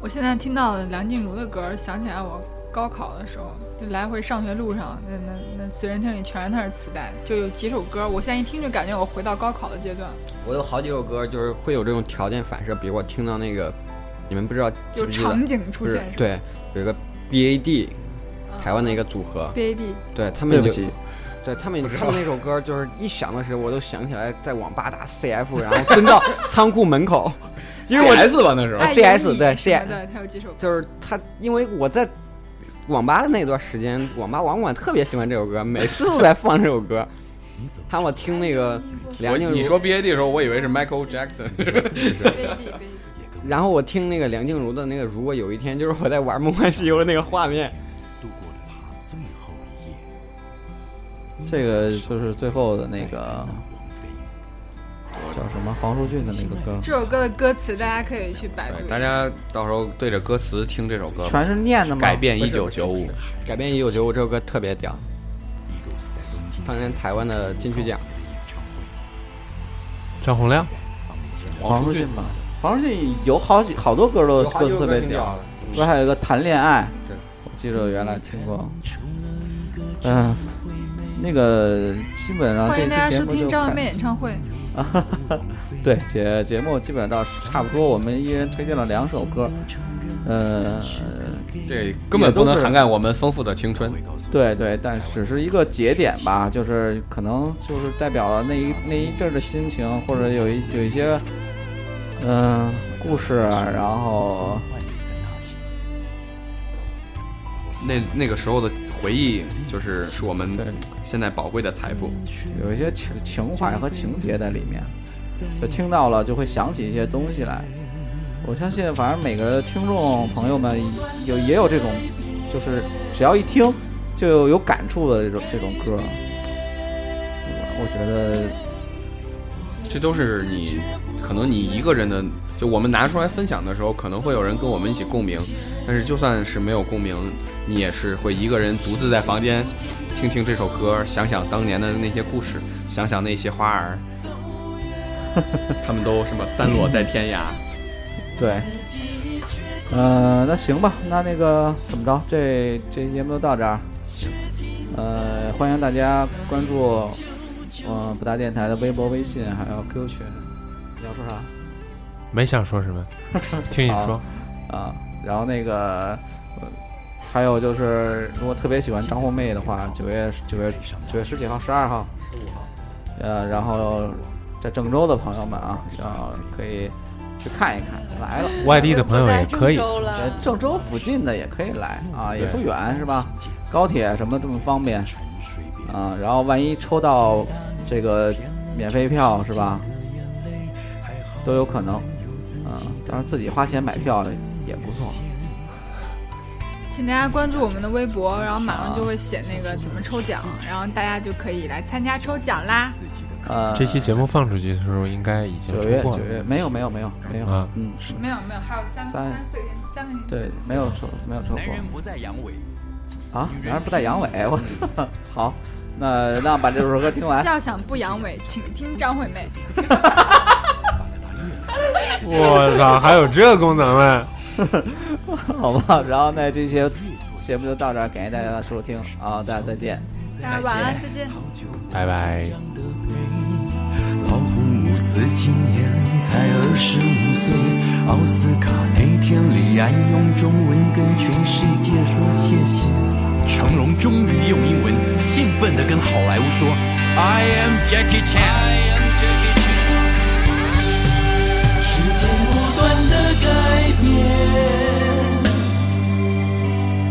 C: 我现在听到梁静茹的歌，想起来我高考的时候，就来回上学路上，那那那随身听里全是她的磁带，就有几首歌，我现在一听就感觉我回到高考的阶段，
F: 我有好几首歌就是会有这种条件反射，比如我听到那个，你们不知道记不记得
C: 有场景出现
F: 不是
C: 是吧啊
F: 对，有一个 B A D，台湾的一个组合
C: BAD
F: 对他们
G: 对不
F: 就
G: 起。
F: 对他们，
G: 不知道
F: 他们那首歌就是一响的时候，我都想起来在网吧打 CF，然后蹲到仓库门 口，因为我
B: CS 吧那时候
F: 啊
C: 爱哎有
F: CS
C: 你
F: 对
C: 什
F: C
C: 么的，她有几首歌，
F: 就是他，因为我在网吧的那段时间，网吧网管特别喜欢这首歌，每次都在放这首 歌。喊我听那个梁
B: 我
F: 静茹，
B: 你说 B A D 的时候，我以为是 Michael Jackson。
F: 然后我听那个梁静茹的那个《如果有一天》，就是我在玩《梦幻西游》的那个画面。
G: 这个就是最后的那个叫什么黄舒骏的那个歌，
C: 这首歌的歌词大家可以去百度一下。
B: 大家到时候对着歌词听这首歌吧，
F: 全是念的吗
B: 改变
F: 不
B: 一
F: 是
B: 九九五，
F: 改编一九九五这首歌特别屌，当年台湾的金曲奖。
L: 张洪亮、
G: 黄舒骏吧，黄舒骏有好几好多歌都
F: 有好
G: 歌
F: 几
G: 词
F: 首
G: 特别
F: 歌挺
G: 屌
F: 屌的，
G: 不是还有一个谈恋爱，
F: 对
G: 我记得我原来听过，嗯、那个基本上
C: 欢
G: 这
C: 迎大家
G: 期节
C: 收
G: 目就
C: 听张惠
G: 快
C: 妹演唱会。
G: 啊，哈哈对节节目基本上差不多，我们一人推荐了两首歌，呃，
B: 这根本不
G: 也都
B: 能
G: 是
B: 涵盖我们丰富的青春。
G: 对对，但只是一个节点吧，就是可能就是代表了那一那一阵儿的心情，或者有一有一些嗯、呃故事，然后
B: 那那个时候的回忆，就是是我们现在宝贵的财富。
G: 有一些情情怀和情节在里面，就听到了就会想起一些东西来。我相信，反正每个听众朋友们有也有这种，就是只要一听就有有感触的这种这种歌。我我觉得
B: 这都是你，可能你一个人的，就我们拿出来分享的时候，可能会有人跟我们一起共鸣，但是就算是没有共鸣，你也是会一个人独自在房间听听这首歌，想想当年的那些故事，想想那些花儿， 他们都什么散落在天涯。
G: 对，呃，那行吧，那那个怎么着，这这期节目就到这儿。呃，欢迎大家关注我、呃、不大电台的微博、微信，还有 QQ 群。你要说啥？
L: 没想说什么，听你说。
G: 啊。然后那个，呃还有就是，如果特别喜欢张惠妹的话，九月九月九月十几号、十二号、十五号，呃，然后在郑州的朋友们啊，然后可以去看一看，来了。
L: 外地的朋友也可以，
G: 呃郑州附近的也可以来啊，也
L: 对
G: 不远是吧？高铁什么这么方便啊？然后万一抽到这个免费票是吧？都有可能啊。当然自己花钱买票也不错。
C: 请大家关注我们的微博，然后马上就会写那个怎么抽奖，然后大家就可以来参加抽奖啦。
G: 呃，
L: 这期节目放出去的时候应该已经
G: 九
L: 出
G: 月
L: 过
G: 九
L: 了。
G: 月没有没有没有
E: 哎
G: 没有
L: 啊
G: 嗯
C: 没有没有，还有三
G: 三
C: 三四个星期三个星期。
G: 对没有抽没有抽过
M: 男人不再阳痿，
G: 啊，然而不带阳痿我 好，那那把这首歌听 完。
C: 要想不阳痿，请听张惠妹。
L: 我操，还有这功能呢！
G: 好吧，然后那这些节目就到这儿，感谢大家的收听啊，大家再见。
C: 大家晚安，再见。
L: 拜拜。
M: 老虎母子今年才二十五岁，奥斯卡那天，李安用中文跟全世界说谢谢。成龙终于用英文兴奋地跟好莱坞说：“I am Jackie Chan。”
K: 时间不断的改变，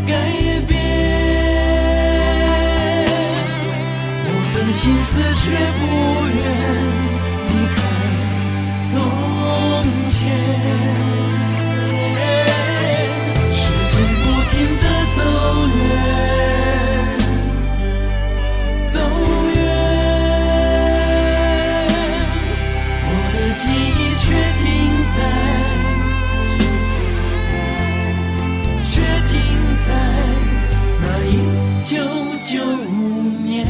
K: 改心思却不愿离开从前，时间不停地走远，走远，我的记忆却停在，却停在。那一九九五年，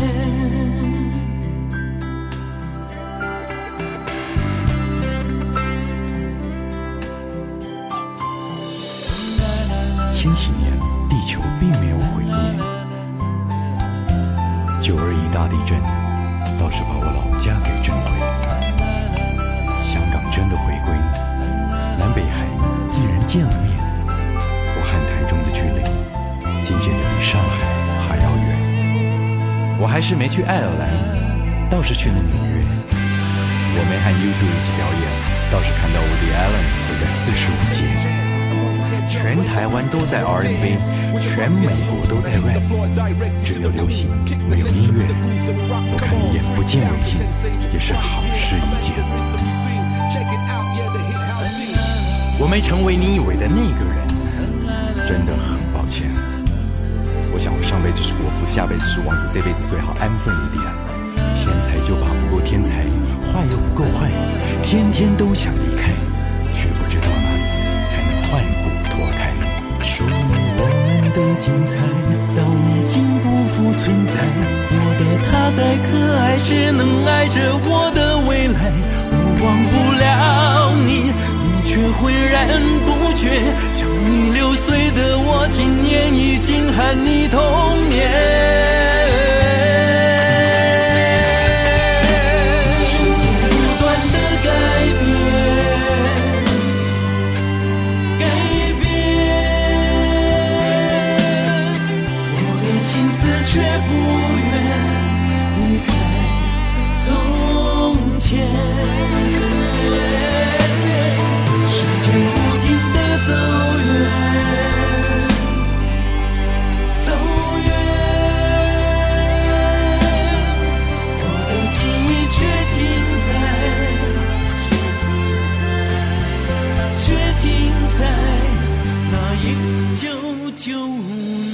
M: 千禧年，地球并没有毁灭。九二一大地震倒是把我老家给震毁，香港真的回归，南北海既然见了面，我和台中的距离渐渐的比上海还要远。我还是没去爱尔兰，倒是去了纽约。我没和 U2 一起表演，倒是看到 Woody Allen 走在四十五街。全台湾都在 R&B，全美国都在 rap，只有流行没有音乐。我看你眼不见为净，也是好事一件。我没成为你以为的那个人，真的很抱歉。我想我上辈子是国父，下辈子是王子，这辈子最好安分一点。天才就怕不过天才，坏又不够坏，天天都想离开，却不知道哪里才能换骨脱胎。
K: 属于我们的精彩早已经不复存在。我的他再可爱，只能爱着我的未来。我忘不了你，你却浑然不觉。像你六岁的我，今年已经和你同年。世界不断的改变，改变，我的心思却不愿离开从前。时间不停的走远，走远，我的记忆却停在。却停在那一九九五年。